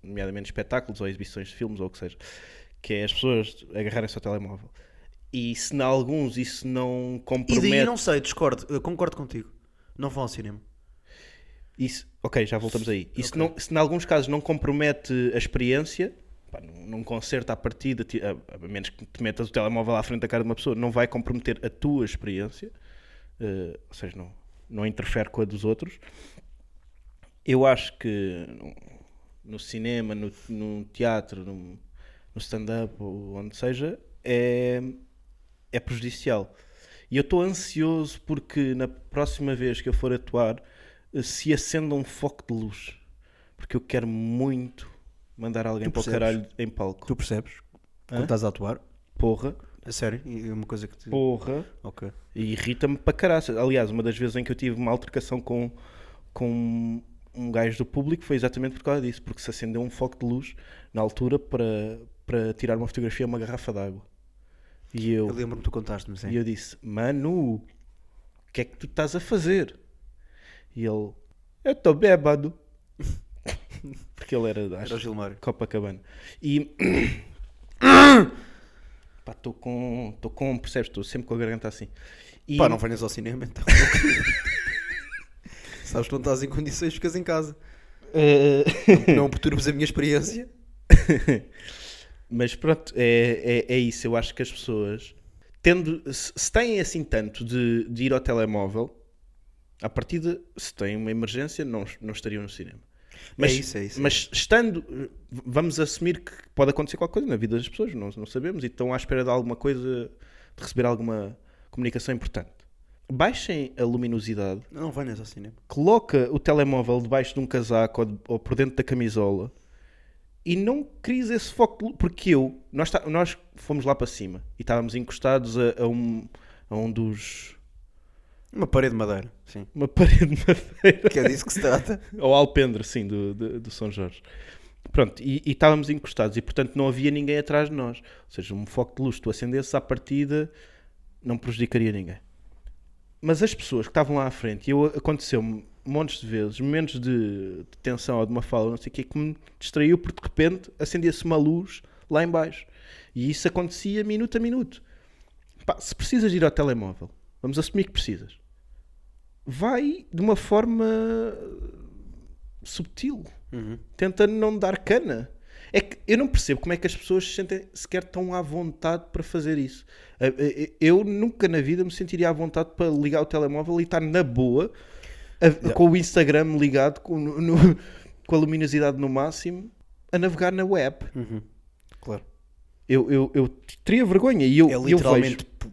Speaker 4: nomeadamente espetáculos ou exibições de filmes ou o que seja, que é as pessoas agarrarem-se ao telemóvel. E se na alguns isso não
Speaker 3: E
Speaker 4: compromete...
Speaker 3: daí não sei, discordo, eu concordo contigo. Não vão ao cinema.
Speaker 4: Isso, ok, já voltamos aí. Isso não, se em alguns casos não compromete a experiência, pá, num, num concerto à partida, ti- a, a menos que te metas o telemóvel à frente da cara de uma pessoa, não vai comprometer a tua experiência, eh, ou seja, não, não interfere com a dos outros. Eu acho que no- no cinema, no, no teatro, no, no stand-up, ou onde seja, é, é prejudicial. E eu estou ansioso porque na próxima vez que eu for atuar eh, se acenda um foco de luz. Porque eu quero muito mandar alguém
Speaker 3: Tu
Speaker 4: para o
Speaker 3: percebes?
Speaker 4: caralho em palco.
Speaker 3: Tu percebes? Quando estás a atuar?
Speaker 4: Porra,
Speaker 3: A sério? E é uma coisa que te.
Speaker 4: porra.
Speaker 3: Ok.
Speaker 4: E irrita-me para caraça. Aliás, uma das vezes em que eu tive uma altercação com, com um gajo do público foi exatamente por causa disso. Porque se acendeu um foco de luz na altura para, para tirar uma fotografia a uma garrafa d'água. E eu,
Speaker 3: Eu lembro-me que tu contaste-me, sim.
Speaker 4: E eu disse: Mano, o que é que tu estás a fazer? E ele: Eu estou bêbado. Porque ele era da
Speaker 3: Era o Gilmário.
Speaker 4: Copacabana. E. Pá, estou com. Estou com. Percebes? Estou sempre com a garganta assim. E,
Speaker 3: Pá, não venhas ao cinema então. Sabes que não estás em condições, ficas em casa.
Speaker 4: Eh,
Speaker 3: Não perturbes a minha experiência.
Speaker 4: Mas pronto, é, é, é isso. Eu acho que as pessoas, tendo, se se têm assim tanto de, de ir ao telemóvel, à partida, se têm uma emergência, não, não estariam no cinema. Mas,
Speaker 3: isso, é isso, é
Speaker 4: Mas estando, v- vamos assumir que pode acontecer qualquer coisa na vida das pessoas, não, não sabemos, e estão à espera de alguma coisa, de receber alguma comunicação importante. Baixem a luminosidade
Speaker 3: Não venhas ao cinema.
Speaker 4: coloca o telemóvel debaixo de um casaco ou, de- ou por dentro da camisola e não crias esse foco de luz. porque eu, nós, tá- nós fomos lá para cima e estávamos encostados a, a um, a um dos
Speaker 3: Uma parede de madeira. Sim.
Speaker 4: uma parede de madeira
Speaker 3: Que é disso que se trata.
Speaker 4: ou alpendre, sim, do, do, do São Jorge pronto, e, e estávamos encostados e portanto não havia ninguém atrás de nós ou seja, um foco de luz, tu acendesse à partida não prejudicaria ninguém mas as pessoas que estavam lá à frente, e eu aconteceu-me montes de vezes, momentos de, de tensão ou de uma fala, não sei o que, que me distraiu porque de repente acendia-se uma luz lá em baixo. E isso acontecia minuto a minuto. Pá, se precisas ir ao telemóvel, vamos assumir que precisas, vai de uma forma subtil,
Speaker 3: Uhum.
Speaker 4: tentando não dar cana. É que eu não percebo como é que as pessoas se sentem sequer tão à vontade para fazer isso. Eh, eh, Eu nunca na vida me sentiria à vontade para ligar o telemóvel e estar na boa, a- com o Instagram ligado, com, no- no- com a luminosidade no máximo, a navegar na web.
Speaker 3: Hum. Claro.
Speaker 4: Eu, eu, eu teria vergonha e eu,
Speaker 3: É
Speaker 4: eu
Speaker 3: literalmente
Speaker 4: vejo.
Speaker 3: po-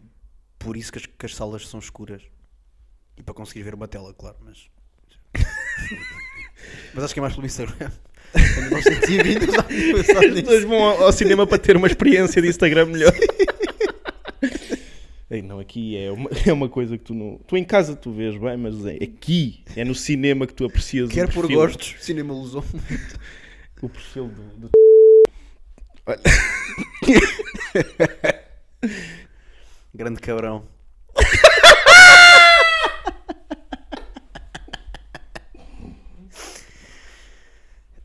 Speaker 3: por isso que as, que as salas são escuras. E para conseguir ver uma tela, claro, mas. mas acho que é mais pelo Instagram. Quando nós já tinha vindo, eu já tinha pensado
Speaker 4: As pessoas
Speaker 3: nisso.
Speaker 4: vão ao, ao cinema para ter uma experiência de Instagram melhor. Ei, não, aqui é uma, é uma coisa que tu não. Tu em casa tu vês bem, mas é aqui é no cinema que tu aprecias o
Speaker 3: Quer por
Speaker 4: perfil-
Speaker 3: gostos, cinema lusou
Speaker 4: O perfil do. do... Olha.
Speaker 3: Grande cabrão.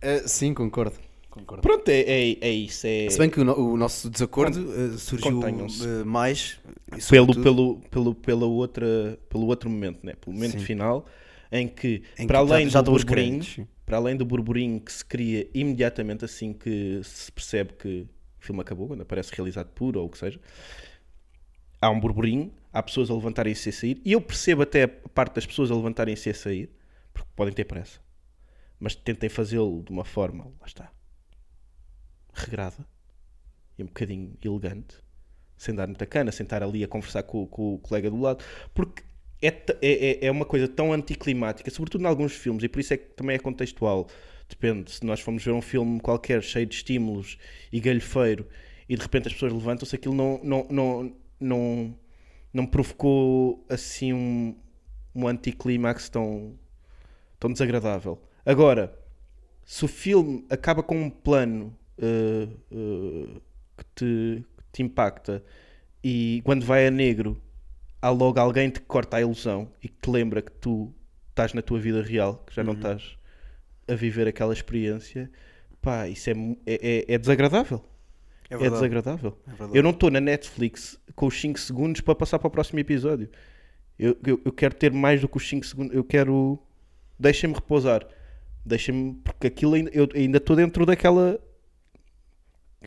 Speaker 3: Eh, sim, concordo. concordo.
Speaker 4: Pronto, é, é- é isso. É
Speaker 3: Se bem que o, no- o nosso desacordo eh, surgiu
Speaker 4: contenham-se.
Speaker 3: eh, mais e
Speaker 4: pelo,
Speaker 3: sobretudo-
Speaker 4: pelo, pelo, pela outra, pelo outro momento, né? pelo momento final, em que,
Speaker 3: Em
Speaker 4: para
Speaker 3: que já-
Speaker 4: além
Speaker 3: já
Speaker 4: do
Speaker 3: dão os
Speaker 4: burburinho,
Speaker 3: créditos, sim.
Speaker 4: para além do burburinho que se cria imediatamente assim que se percebe que o filme acabou, quando aparece realizado por ou o que seja, há um burburinho, há pessoas a levantarem-se e a sair, e eu percebo até a parte das pessoas a levantarem-se e a sair, porque podem ter pressa, mas tentem fazê-lo de uma forma, lá está, regrada e um bocadinho elegante, sem dar muita cana, sem estar ali a conversar com, com o colega do lado, porque é, t- é, é- é uma coisa tão anticlimática, sobretudo em alguns filmes, e por isso é que também é contextual. Depende, se nós formos ver um filme qualquer cheio de estímulos e galhofeiro e de repente as pessoas levantam-se, aquilo não, não, não, não, não provocou assim um, um anticlimax tão, tão desagradável. Agora, se o filme acaba com um plano uh, uh, que, te, que te impacta e quando vai a negro há logo alguém que te corta a ilusão e que te lembra que tu estás na tua vida real, que já não estás a viver aquela experiência, pá, isso é, mu- é, é- é desagradável.
Speaker 3: É
Speaker 4: É,
Speaker 3: verdade.
Speaker 4: desagradável.
Speaker 3: É verdade.
Speaker 4: eu não estou na Netflix com os 5 segundos para passar para o próximo episódio. Eu, eu, eu quero ter mais do que os 5 segundos. Eu quero. Deixem-me repousar. Deixem-me. Porque aquilo ainda, eu ainda estou dentro daquela.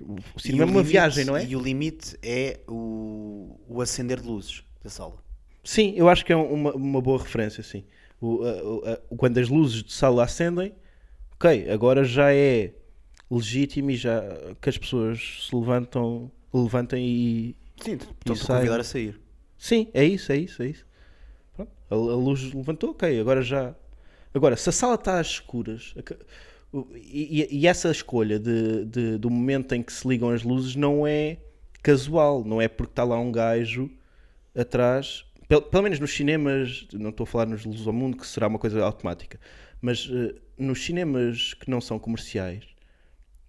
Speaker 4: O
Speaker 3: E
Speaker 4: cinema é
Speaker 3: o
Speaker 4: uma
Speaker 3: limite-
Speaker 4: viagem, não é?
Speaker 3: E o limite é o, o acender de luzes da sala.
Speaker 4: Sim, eu acho que é uma, uma boa referência, sim. O, a- o- a- quando as luzes de sala acendem, ok, agora já é legítimo e já que as pessoas se levantam, levantem e.
Speaker 3: Sim, estão-te a
Speaker 4: sai.
Speaker 3: convidar a sair.
Speaker 4: Sim, é isso, é isso, é isso. Pronto, a, a luz levantou, ok, agora já. Agora, se a sala está às escuras, a ca- o- e, e- e essa escolha de, de- do momento em que se ligam as luzes não é casual, não é porque está lá um gajo atrás, pelo, pelo menos nos cinemas, não estou a falar nos Luzes ao Mundo, que será uma coisa automática, mas eh, nos cinemas que não são comerciais,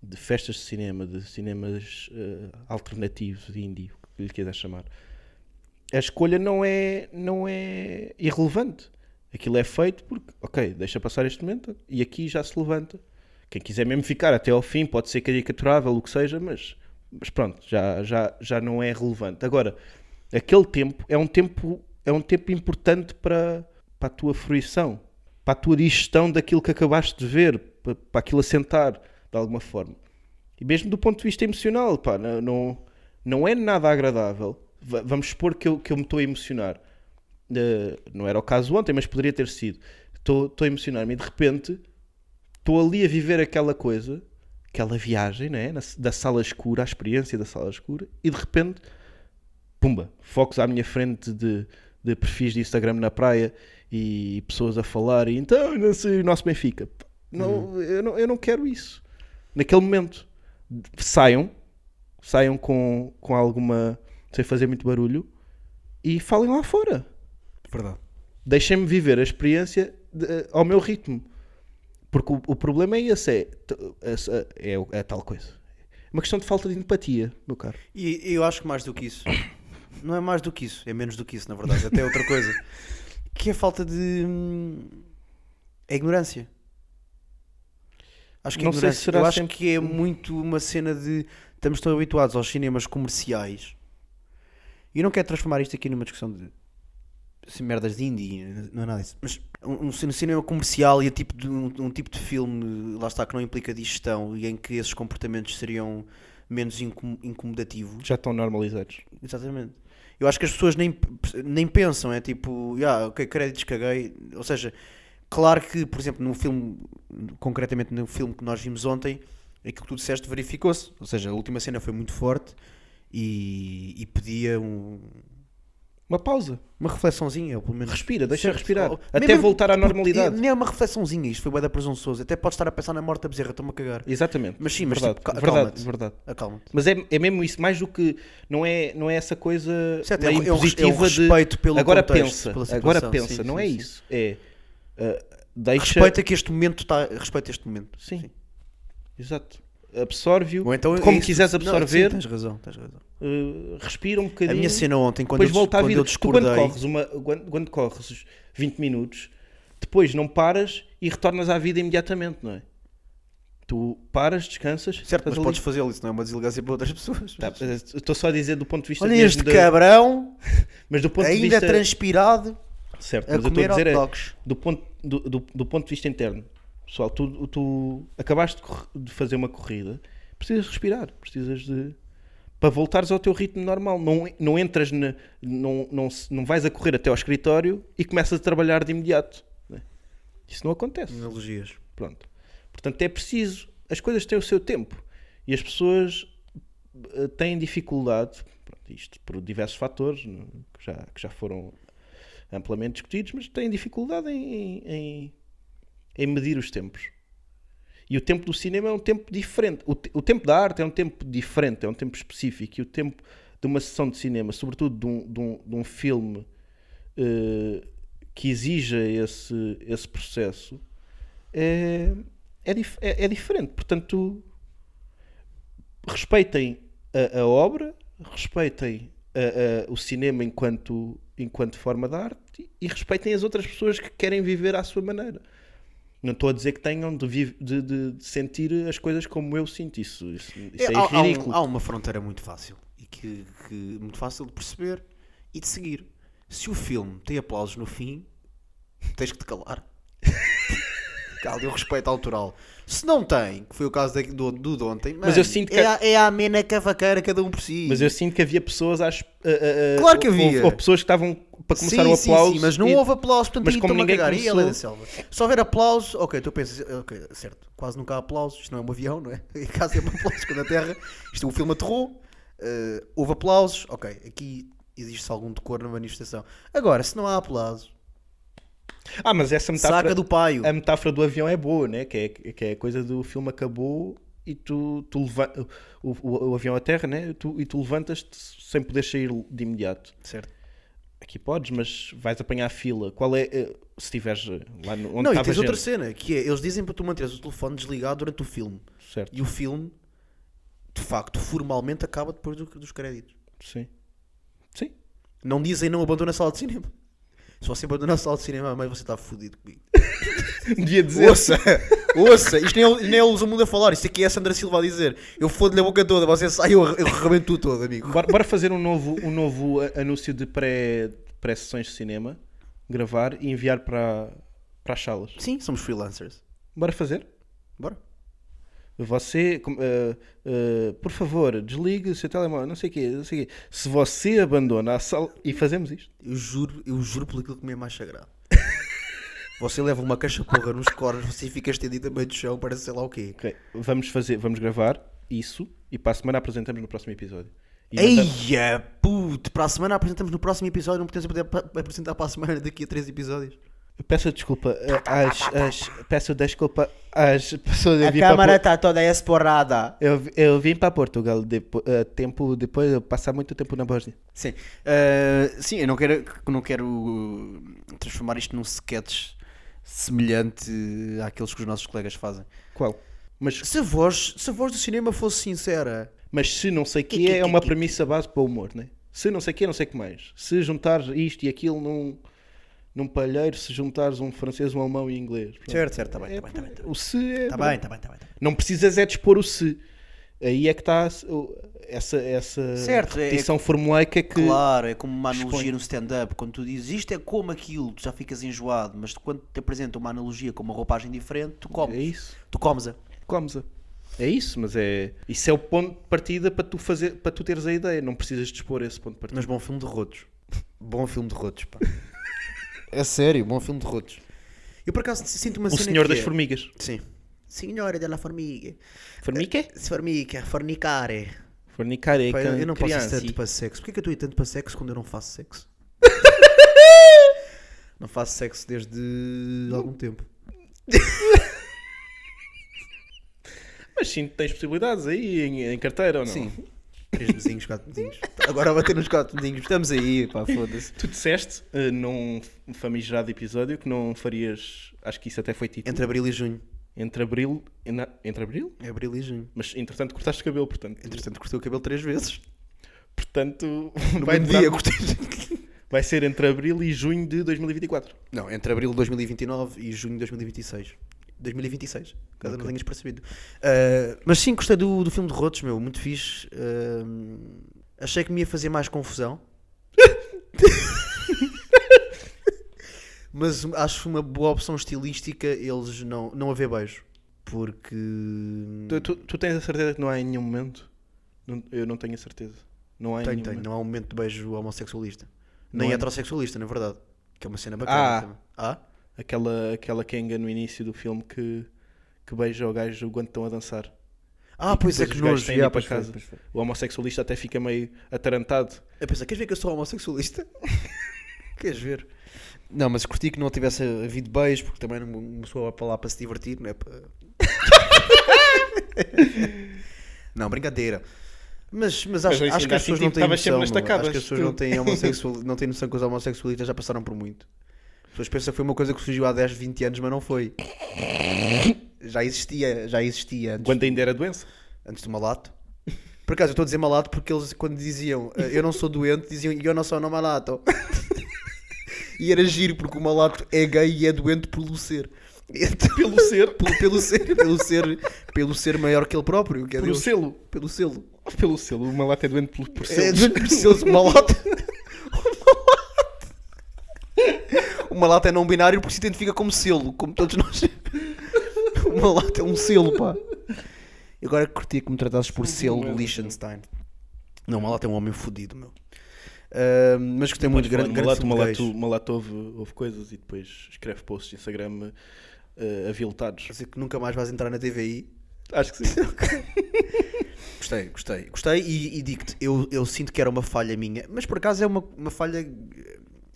Speaker 4: de festas de cinema, de cinemas eh, alternativos, indie, o que lhe quiser chamar, a escolha não é, não é irrelevante. Aquilo é feito porque, ok, deixa passar este momento e aqui já se levanta. Quem quiser mesmo ficar até ao fim, pode ser caricaturável, o que seja, mas, mas pronto, já, já, já não é relevante. Agora, aquele tempo é um tempo, é um tempo importante para, para a tua fruição, para a tua digestão daquilo que acabaste de ver, para, para aquilo assentar de alguma forma. E mesmo do ponto de vista emocional, pá, não, não, não é nada agradável. Va- vamos supor que eu, que eu me estou a emocionar. Eh, não era o caso ontem, mas poderia ter sido. Estou estou a emocionar-me e de repente estou ali a viver aquela coisa, aquela viagem, né? na- da sala escura, a experiência da sala escura, e de repente, pumba, focos à minha frente de, de perfis de Instagram na praia e pessoas a falar, e então, não sei, o nosso Benfica. Não, eu, não, eu não quero isso. Naquele momento, saiam, saiam com, com alguma. sem fazer muito barulho e falem lá fora
Speaker 3: Verdade.
Speaker 4: deixem-me viver a experiência de- eh, ao meu ritmo. Porque o, o problema é esse, é, t- esse, eh, é, o- é a tal coisa. É uma questão de falta de empatia, meu caro.
Speaker 3: E eu acho que mais do que isso. Não é mais do que isso, é menos do que isso, na verdade. Até outra coisa. que é a falta de. hum, É ignorância. Acho que é
Speaker 4: Não sei
Speaker 3: ignorância.
Speaker 4: se será
Speaker 3: eu acho
Speaker 4: sempre-
Speaker 3: que é muito uma cena de. Estamos tão habituados aos cinemas comerciais. E eu não quero transformar isto aqui numa discussão de. assim, merdas de indie, não é nada disso. Mas um, um cin- cinema comercial e a tipo de, um, um tipo de filme, lá está, que não implica digestão e em que esses comportamentos seriam menos incom- incomodativos.
Speaker 4: Já estão normalizados.
Speaker 3: Exatamente. Eu acho que as pessoas nem, nem pensam, é tipo, yeah, ok, créditos caguei. Ou seja, claro que, por exemplo, no filme, concretamente no filme que nós vimos ontem, aquilo que tu disseste verificou-se. Ou seja, a última cena foi muito forte e, e pedia um-
Speaker 4: Uma pausa.
Speaker 3: uma reflexãozinha, ou pelo menos.
Speaker 4: Respira, deixa
Speaker 3: Certo,
Speaker 4: respirar.
Speaker 3: ou-
Speaker 4: até
Speaker 3: mesmo-
Speaker 4: voltar à
Speaker 3: porque-
Speaker 4: normalidade.
Speaker 3: Nem é uma reflexãozinha, isto foi bué da presunçoso. Até podes estar a pensar na morte da bezerra, estou-me a cagar.
Speaker 4: Exatamente.
Speaker 3: Mas sim, mas
Speaker 4: verdade,
Speaker 3: tipo, ca-
Speaker 4: verdade,
Speaker 3: calma-te.
Speaker 4: verdade.
Speaker 3: Acalma-te.
Speaker 4: Mas é, é mesmo isso, mais do que. Não é, não é essa coisa.
Speaker 3: Certo, é
Speaker 4: meio
Speaker 3: um- é um res- é um
Speaker 4: impositiva de-
Speaker 3: respeito pelo
Speaker 4: Agora
Speaker 3: contexto,
Speaker 4: pensa,
Speaker 3: pela
Speaker 4: agora
Speaker 3: situação,
Speaker 4: pensa,
Speaker 3: sim,
Speaker 4: não
Speaker 3: sim,
Speaker 4: é
Speaker 3: sim.
Speaker 4: isso. É. ah, deixa.
Speaker 3: Respeita que este momento está. Respeita este momento.
Speaker 4: Sim. Exato. absorve-o,
Speaker 3: Ou então é
Speaker 4: como
Speaker 3: isso-
Speaker 4: quiseres
Speaker 3: não, sim,
Speaker 4: absorver,
Speaker 3: tens razão, tens razão.
Speaker 4: eh, respira um
Speaker 3: A
Speaker 4: bocadinho.
Speaker 3: minha cena ontem, quando,
Speaker 4: depois
Speaker 3: eu,
Speaker 4: volta à
Speaker 3: quando
Speaker 4: vida.
Speaker 3: eu
Speaker 4: Tu quando
Speaker 3: discordei,
Speaker 4: corres, uma, quando, quando corres 20 minutos, depois não paras e retornas à vida imediatamente, não é? Tu paras, descansas.
Speaker 3: certo,
Speaker 4: estás
Speaker 3: mas
Speaker 4: ali.
Speaker 3: podes fazê-lo, isso não é uma deselegância para outras pessoas.
Speaker 4: Tá, mas eu Estou só a dizer do ponto de vista
Speaker 3: Olha
Speaker 4: mesmo
Speaker 3: este
Speaker 4: da-
Speaker 3: cabrão,
Speaker 4: mas do ponto de
Speaker 3: ainda
Speaker 4: vista,
Speaker 3: transpirado,
Speaker 4: certo,
Speaker 3: a
Speaker 4: mas eu estou a
Speaker 3: comer hot
Speaker 4: dizer é,
Speaker 3: dogs.
Speaker 4: do ponto, do, do- do ponto de vista interno, pessoal, tu, tu acabaste de corre- de fazer uma corrida, precisas respirar, precisas de. para voltares ao teu ritmo normal. Não, não entras, na, não, não, se- não vais a correr até ao escritório e começas a trabalhar de imediato. né? Isso não acontece.
Speaker 3: Analogias.
Speaker 4: Pronto. Portanto, é preciso. As coisas têm o seu tempo e as pessoas eh, têm dificuldade, pronto, isto por diversos fatores né, que já, que já foram amplamente discutidos, mas têm dificuldade em, em, em medir os tempos. E o tempo do cinema é um tempo diferente. O, te- o tempo da arte é um tempo diferente, é um tempo específico. E o tempo de uma sessão de cinema, sobretudo de um, de um, de um filme eh, que exija esse, esse processo, é, é, dif- é- é diferente. Portanto, respeitem a, a obra, respeitem a- a- o cinema enquanto, enquanto forma de arte e respeitem as outras pessoas que querem viver à sua maneira. Não estou a dizer que tenham de, vi- de- de- de sentir as coisas como eu sinto. Isso, isso, isso é,
Speaker 3: há, há um-
Speaker 4: ridículo.
Speaker 3: há uma fronteira muito fácil e que, que muito fácil de perceber e de seguir. Se o filme tem aplausos no fim, tens que te calar. Fica ali o respeito autoral. Se não tem, que foi o caso da- do, do de ontem,
Speaker 4: Mas
Speaker 3: mano,
Speaker 4: eu sinto que-
Speaker 3: é, a- é a amena cavaqueira, cada um por si.
Speaker 4: Mas eu sinto que havia pessoas às. a- a- a-
Speaker 3: Claro que
Speaker 4: houve-
Speaker 3: havia.
Speaker 4: houve pessoas que estavam para
Speaker 3: Sim,
Speaker 4: começar o
Speaker 3: sim,
Speaker 4: aplauso.
Speaker 3: sim, mas não
Speaker 4: e-
Speaker 3: houve aplauso, portanto,
Speaker 4: mas
Speaker 3: aí
Speaker 4: como
Speaker 3: estou-me a
Speaker 4: ninguém
Speaker 3: cagar. E a Helena
Speaker 4: começou-
Speaker 3: Selva? Se houver aplauso, ok, tu pensas, ok, certo, quase nunca há aplausos, isto não é um avião, não é? Em casa é um aplauso, quando a Terra, isto é um filme aterrou, eh, houve aplausos, ok, aqui existe algum decor na manifestação. Agora, se não há aplauso,
Speaker 4: Ah, mas essa metáfora.
Speaker 3: saca do paio.
Speaker 4: a metáfora do avião é boa, né? que, é, que é a coisa do filme acabou e tu, tu leva- o, o- o avião aterra né? Tu- e tu levantas-te sem poder sair de imediato.
Speaker 3: Certo.
Speaker 4: Aqui podes, mas vais apanhar a fila. Qual é, eh, se estiveres eh, lá no, onde
Speaker 3: Não, e
Speaker 4: estava a
Speaker 3: tens
Speaker 4: gente.
Speaker 3: outra cena, que é, eles dizem para tu manteres o telefone desligado durante o filme,
Speaker 4: Certo,
Speaker 3: e o filme, de facto, formalmente acaba depois do- dos créditos.
Speaker 4: sim. Sim.
Speaker 3: Não dizem não abandona a sala de cinema. Se você abandona a sala de cinema, mas você está fodido comigo.
Speaker 4: Devia dizer.
Speaker 3: Ouça, ouça, isto nem, é- nem é o mundo a falar, isto aqui é a Sandra Silva a dizer. Eu fodo-lhe a boca toda, você sai, eu, eu rebento todo, amigo.
Speaker 4: Bora, bora fazer um novo, um novo a- anúncio de pré- pré-sessões de cinema, gravar e enviar para, para as salas.
Speaker 3: Sim, somos freelancers.
Speaker 4: Bora fazer?
Speaker 3: Bora.
Speaker 4: Você, com- eh, eh, por favor, desligue o seu telemóvel, não sei o quê, não sei o quê. Se você abandona a sala... E fazemos isto.
Speaker 3: Eu juro, eu juro por aquilo que me é mais sagrado. Você leva uma caixa porra nos cornos, você fica estendido a meio do chão, parece sei lá o quê.
Speaker 4: Ok, Vamos fazer, vamos gravar isso e para a semana apresentamos no próximo episódio. E manda-
Speaker 3: Eia, puto, para a semana apresentamos no próximo episódio, não podemos apre- apresentar para a semana daqui a três episódios.
Speaker 4: Peço desculpa eh, às, às- Peço desculpa às pessoas... eu vim para Por-
Speaker 3: está tá toda esporrada.
Speaker 4: Eu, eu vim para Portugal depo- eh, tempo depois de passar muito tempo na Bósnia.
Speaker 3: Sim, Uh, sim, eu não quero, não quero uh, transformar isto num sketch semelhante àqueles que os nossos colegas fazem.
Speaker 4: Qual? Mas,
Speaker 3: Se a voz, se a voz do cinema fosse sincera,
Speaker 4: mas se não sei o que é, é uma premissa base para o humor, né? Se não sei o que é, não sei o que mais. Se juntares isto e aquilo num, num palheiro, se juntares um francês, um alemão e inglês. pronto.
Speaker 3: certo, certo, está bem,
Speaker 4: É,
Speaker 3: está bem, está bem.
Speaker 4: O se é.
Speaker 3: Está bem, está bem, está bem. tá bem.
Speaker 4: Não precisas é dispor o se. Aí é que está o- essa, essa
Speaker 3: Certo, é-
Speaker 4: repetição formulaica que.
Speaker 3: Claro, é como uma analogia
Speaker 4: Expõe.
Speaker 3: no stand-up. Quando tu dizes isto é como aquilo, tu já ficas enjoado, mas quando te apresenta uma analogia com uma roupagem diferente, tu comes.
Speaker 4: É isso.
Speaker 3: Tu comes-a.
Speaker 4: Comes-a. É isso, mas é. Isso é o ponto de partida para tu, fazer, para tu teres a ideia. Não precisas dispor esse ponto de partida.
Speaker 3: Mas bom filme de rotos. Bom filme de rotos, pá. é sério, bom filme de rotos. Eu por acaso sinto uma
Speaker 4: o
Speaker 3: cena
Speaker 4: Senhor
Speaker 3: que
Speaker 4: das
Speaker 3: é-
Speaker 4: Formigas.
Speaker 3: Sim. Signore della formiga. é.
Speaker 4: Formica?
Speaker 3: Formica, fornicare.
Speaker 4: Fornicare,
Speaker 3: Pá, é eu, eu não posso tipo
Speaker 4: criança.
Speaker 3: ir tanto para sexo. Porquê que eu estou ir tanto para sexo quando eu não faço sexo? não faço sexo desde algum tempo.
Speaker 4: Mas sim, tens possibilidades aí em, em carteira ou não?
Speaker 3: Sim. Três mesinhos, quatro mesinhos. Agora a bater nos quatro mesinhos. Estamos aí, pá, foda-se.
Speaker 4: Tu disseste eh, num famigerado episódio que não farias. Acho que isso até foi título.
Speaker 3: Entre abril e junho.
Speaker 4: Entre, entre abril. e na- Entre abril?
Speaker 3: É abril e junho.
Speaker 4: Mas entretanto cortaste o cabelo, portanto.
Speaker 3: Entretanto, cortei o cabelo três vezes.
Speaker 4: Portanto,
Speaker 3: No
Speaker 4: vai,
Speaker 3: mesmo
Speaker 4: demorar-
Speaker 3: dia cortei.
Speaker 4: vai ser entre abril e junho de 2024.
Speaker 3: Não, entre abril de 2029 e junho de 2026. 2026, caso não tenhas percebido. Ah, mas sim, gostei do, do filme de Rotos, meu, muito fixe. Ah, achei que me ia fazer mais confusão. mas acho uma boa opção estilística eles não, não haver beijo. Porque.
Speaker 4: Tu,
Speaker 3: Hum.
Speaker 4: tu- tu tens a certeza que não há em nenhum momento? Não- eu não tenho a certeza. Não há em
Speaker 3: Tem,
Speaker 4: nenhum
Speaker 3: tem,
Speaker 4: momento.
Speaker 3: não há um momento de beijo homossexualista.
Speaker 4: Não
Speaker 3: Nem
Speaker 4: é?
Speaker 3: heterossexualista, na verdade. Que é uma cena bacana.
Speaker 4: Ah.
Speaker 3: também. Ah?
Speaker 4: Aquela, aquela Kenga no início do filme que, que beija o gajo quando estão a dançar.
Speaker 3: Ah, pois é
Speaker 4: Depois
Speaker 3: que
Speaker 4: os gajos
Speaker 3: nojo.
Speaker 4: têm de ir
Speaker 3: Yeah,
Speaker 4: para
Speaker 3: pois foi,
Speaker 4: casa.
Speaker 3: pois foi.
Speaker 4: O homossexualista até fica meio atarantado.
Speaker 3: Eu pensei, queres ver que eu sou homossexualista? queres ver? Não, mas curti que não tivesse havido beijo, porque também não- uma pessoa vai para lá para se divertir, não é? Para... não, brincadeira. Mas, mas acho,
Speaker 4: Mas
Speaker 3: acho que
Speaker 4: ainda
Speaker 3: as pessoas
Speaker 4: assim,
Speaker 3: não
Speaker 4: tipo,
Speaker 3: têm
Speaker 4: estavas sempre
Speaker 3: noção.
Speaker 4: nas
Speaker 3: meu. Acho
Speaker 4: tacadas,
Speaker 3: que as pessoas
Speaker 4: tu.
Speaker 3: não têm, homossexual, não têm noção que os homossexualistas já passaram por muito. As pessoas pensam que foi uma coisa que surgiu há 10, 20 anos, mas não foi. Já existia, já existia antes
Speaker 4: Quando ainda era doença.
Speaker 3: antes do malato. Por acaso, eu estou a dizer malato porque eles, quando diziam eh, eu não sou doente, diziam eu não sou no malato. e era giro porque o malato é gay e é doente pelo ser. pelo ser? pelo, ser, pelo ser, pelo ser maior que ele próprio, que é
Speaker 4: Pelo
Speaker 3: Deus.
Speaker 4: selo.
Speaker 3: Pelo selo.
Speaker 4: Pelo selo. Uma lata é doente por, por
Speaker 3: É,
Speaker 4: selo.
Speaker 3: doente por selos, o malato. O malato. O malato é não binário porque se identifica como selo, como todos nós. O malato é um selo, pá. Eu agora curtia que me tratasses por selo do Liechtenstein. Não, o malato é um homem fodido, meu. Ah, mas gostei muito, grande, grande
Speaker 4: Malato,
Speaker 3: filme de
Speaker 4: malato,
Speaker 3: gays.
Speaker 4: malato ouve, ouve coisas e depois escreve posts de Instagram eh, aviltados.
Speaker 3: Quer dizer que nunca mais vais entrar na TVI.
Speaker 4: Acho que sim.
Speaker 3: Gostei, gostei. Gostei e, e digo-te, eu, eu sinto que era uma falha minha, mas por acaso é uma, uma falha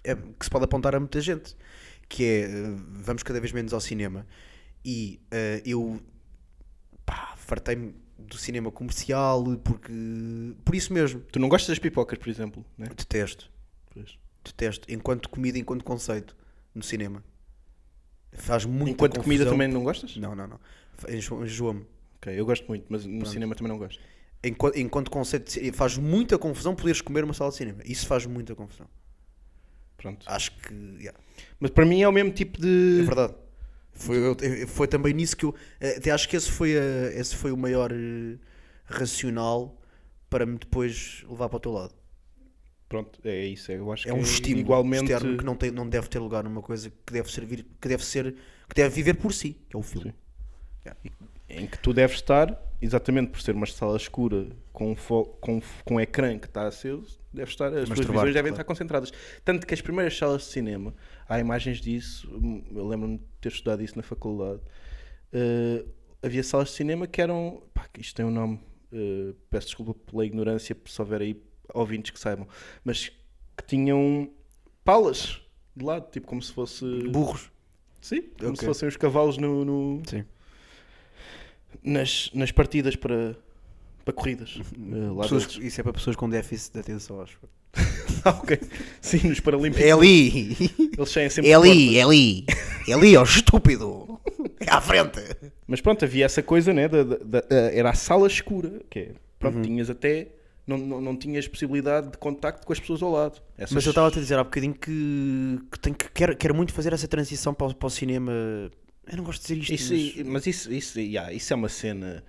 Speaker 3: eh, que se pode apontar a muita gente, que é, eh, vamos cada vez menos ao cinema. E eh, eu, pá, fartei-me do cinema comercial, porque, por isso mesmo,
Speaker 4: tu não gostas das pipocas, por exemplo, né?
Speaker 3: detesto,
Speaker 4: Pois.
Speaker 3: detesto, enquanto comida, enquanto conceito, no cinema. Faz muito
Speaker 4: Enquanto comida também não gostas?
Speaker 3: Não, não, não. Enjo- Enjoa-me.
Speaker 4: Ok, eu gosto muito, mas no cinema também não gosto.
Speaker 3: enquanto, enquanto conceito de ci- faz muita confusão poderes comer uma sala de cinema. Isso faz muita confusão.
Speaker 4: Pronto.
Speaker 3: Acho que yeah,
Speaker 4: Mas para mim é o mesmo tipo de.
Speaker 3: é verdade. Foi, eu- eu- foi também nisso que eu eh, até acho que esse foi, a- esse foi o maior eh, racional para me depois levar para o teu lado.
Speaker 4: Pronto, é isso. Eu acho
Speaker 3: É
Speaker 4: que
Speaker 3: um estímulo
Speaker 4: igualmente
Speaker 3: externo que não, tem, não deve ter lugar numa coisa que deve servir, que deve ser, que deve viver por si, que é o filme.
Speaker 4: em que tu deves estar, exatamente por ser uma sala escura com, um fo- com, f- com um ecrã que está aceso, deves estar, as tuas
Speaker 3: masturbar-te,
Speaker 4: visões devem
Speaker 3: claro.
Speaker 4: estar concentradas. Tanto que as primeiras salas de cinema, há imagens disso, hum, eu lembro-me de ter estudado isso na faculdade. eh, havia salas de cinema que eram. Pá, que isto tem um nome, eh, peço desculpa pela ignorância, se houver aí ouvintes que saibam, mas que tinham palas de lado, tipo como se fosse.
Speaker 3: Burros.
Speaker 4: Sim, como
Speaker 3: Ok.
Speaker 4: se fossem os cavalos no, no-
Speaker 3: Sim.
Speaker 4: Nas, nas partidas para, para corridas. eh, lá
Speaker 3: Pessoas-
Speaker 4: dentro.
Speaker 3: isso é para pessoas com déficit de atenção, acho.
Speaker 4: Ah, ok. Sim, nos Paralímpicos.
Speaker 3: É ali!
Speaker 4: Eles saem sempre
Speaker 3: É
Speaker 4: de
Speaker 3: ali,
Speaker 4: portas.
Speaker 3: é ali, é ali, ó estúpido! É à frente!
Speaker 4: Mas pronto, havia essa coisa, né? da- da- da- eh, era a sala escura, que é. Pronto,
Speaker 3: Uhum.
Speaker 4: tinhas até. Não, não, não tinhas possibilidade de contacto com as pessoas ao lado. Essas-
Speaker 3: Mas eu estava a te dizer há bocadinho que, que, tenho que quero, quero muito fazer essa transição para, o- para o cinema. Eu não gosto de dizer isto. mas-
Speaker 4: Isso, i- mas isso, isso, yeah, isso é uma cena.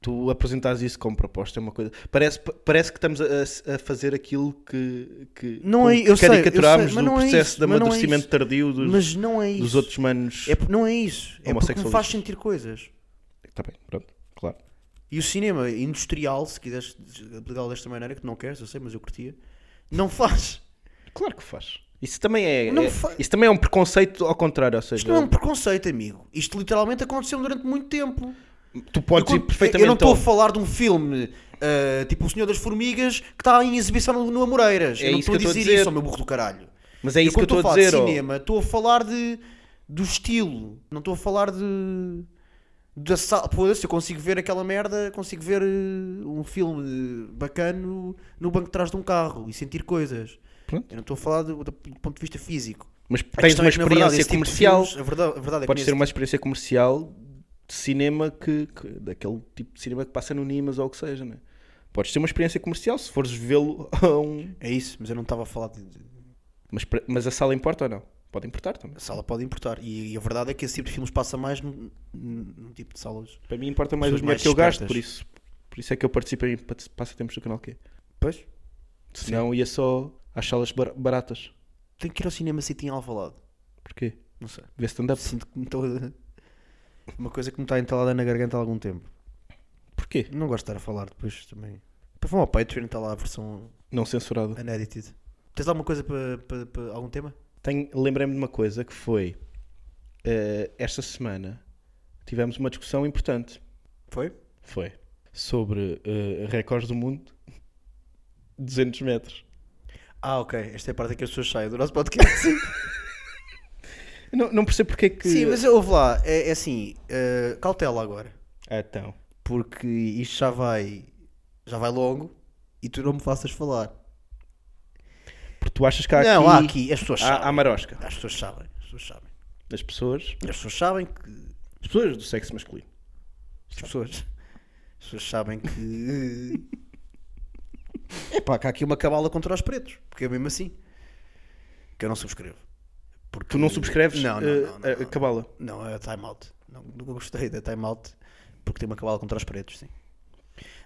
Speaker 4: Tu apresentares isso como proposta é uma coisa. Parece, parece que estamos a, a fazer aquilo que, que,
Speaker 3: Não
Speaker 4: com
Speaker 3: é-
Speaker 4: que
Speaker 3: eu sei, eu
Speaker 4: caricaturámos
Speaker 3: sei, mas
Speaker 4: do
Speaker 3: não é
Speaker 4: processo
Speaker 3: isso,
Speaker 4: de
Speaker 3: mas não é
Speaker 4: amadurecimento
Speaker 3: isso.
Speaker 4: tardio dos,
Speaker 3: Mas não é isso.
Speaker 4: dos outros manos.
Speaker 3: É, por- não é isso. É porque me faz
Speaker 4: Homossexualistas.
Speaker 3: sentir coisas.
Speaker 4: Tá bem, pronto, claro.
Speaker 3: E o cinema industrial, se quiseres aplicá-lo desta maneira, que não queres, eu sei, mas eu curtia, não faz.
Speaker 4: Claro que faz. Isso também é,
Speaker 3: Não
Speaker 4: é-
Speaker 3: fa-
Speaker 4: isso também é um preconceito ao contrário, ou seja,
Speaker 3: Isto não é um preconceito, amigo. Isto literalmente aconteceu durante muito tempo.
Speaker 4: tu podes
Speaker 3: um Eu
Speaker 4: ir
Speaker 3: quando-
Speaker 4: perfeitamente
Speaker 3: Eu não estou a
Speaker 4: ao-
Speaker 3: falar de um filme ah, tipo O Senhor das Formigas que está em exibição no, no Amoreiras.
Speaker 4: É
Speaker 3: eu não
Speaker 4: isso
Speaker 3: estou a
Speaker 4: que eu estou a
Speaker 3: dizer,
Speaker 4: dizer.
Speaker 3: isso, ó, meu burro do caralho.
Speaker 4: Mas é isso que eu
Speaker 3: quando
Speaker 4: estou a
Speaker 3: falar
Speaker 4: dizer, ó.
Speaker 3: de cinema, estou a falar de, do estilo. Não estou a falar de. Da sala. Pô, se eu consigo ver aquela merda, consigo ver eh, um filme bacano no banco de trás de um carro e sentir coisas.
Speaker 4: Pronto.
Speaker 3: Eu não estou a falar do, do ponto de vista físico.
Speaker 4: mas
Speaker 3: A
Speaker 4: tens
Speaker 3: questão
Speaker 4: uma
Speaker 3: é que, na verdade,
Speaker 4: experiência
Speaker 3: esse tipo de
Speaker 4: comercial.
Speaker 3: filmes- a verdade, a verdade é que
Speaker 4: Pode
Speaker 3: nesse
Speaker 4: ser uma experiência comercial de cinema que, que- daquele tipo de cinema que passa no Nimas ou o que seja, né? Podes ter uma experiência comercial se fores vê-lo a um.
Speaker 3: É isso, mas eu não estava a falar de. de-
Speaker 4: Mas, pre- mas a sala importa ou não? Pode importar também.
Speaker 3: A sala pode importar. E, e a verdade é que esse tipo de filmes passa mais num, num- num tipo de salas.
Speaker 4: Para mim importa mais o
Speaker 3: Pessoas
Speaker 4: dinheiro
Speaker 3: mais
Speaker 4: que eu gasto,
Speaker 3: espertas.
Speaker 4: por isso. Por isso é que eu participo em pat- passatempos do canal Q.
Speaker 3: Pois?
Speaker 4: Senão ia só às salas bar- baratas.
Speaker 3: Tem que ir ao cinema City em Alvalade.
Speaker 4: Porquê?
Speaker 3: Não sei.
Speaker 4: Vê stand-up.
Speaker 3: Sinto que me estou. a- Uma coisa que me está entalada na garganta há algum tempo.
Speaker 4: Porquê?
Speaker 3: Não gosto de estar a falar depois também. Para vão ao Patreon, está lá a versão
Speaker 4: Não censurado.
Speaker 3: unedited. Tens alguma coisa para, para, para algum tema?
Speaker 4: Tenho- Lembrei-me de uma coisa que foi eh, esta semana tivemos uma discussão importante.
Speaker 3: Foi?
Speaker 4: Foi. Sobre eh, recordes do mundo 200 metros.
Speaker 3: Ah, ok. Esta é a parte em que as pessoas saem do nosso podcast.
Speaker 4: Eu Não, não percebo porque é que.
Speaker 3: Sim, mas ouve lá. É, é assim, eh, cautela agora.
Speaker 4: Ah, então.
Speaker 3: Porque isto já vai, já vai longo e tu não me faças falar.
Speaker 4: Porque tu achas que há
Speaker 3: não, há
Speaker 4: aqui.
Speaker 3: aqui. As pessoas
Speaker 4: há,
Speaker 3: sabem.
Speaker 4: há marosca.
Speaker 3: As pessoas sabem. As pessoas sabem.
Speaker 4: As pessoas.
Speaker 3: As pessoas sabem que
Speaker 4: As pessoas do sexo masculino.
Speaker 3: As pessoas, as pessoas sabem que. é pá, que há aqui uma cabala contra os pretos. Porque é mesmo assim. Que eu não subscrevo. Porque...
Speaker 4: Tu não subscreves
Speaker 3: Não, não,
Speaker 4: eh,
Speaker 3: não, não,
Speaker 4: a- a
Speaker 3: não.
Speaker 4: cabala.
Speaker 3: Não, é a time out. Não, nunca gostei da time out. Porque tem uma cabala contra os pretos, sim.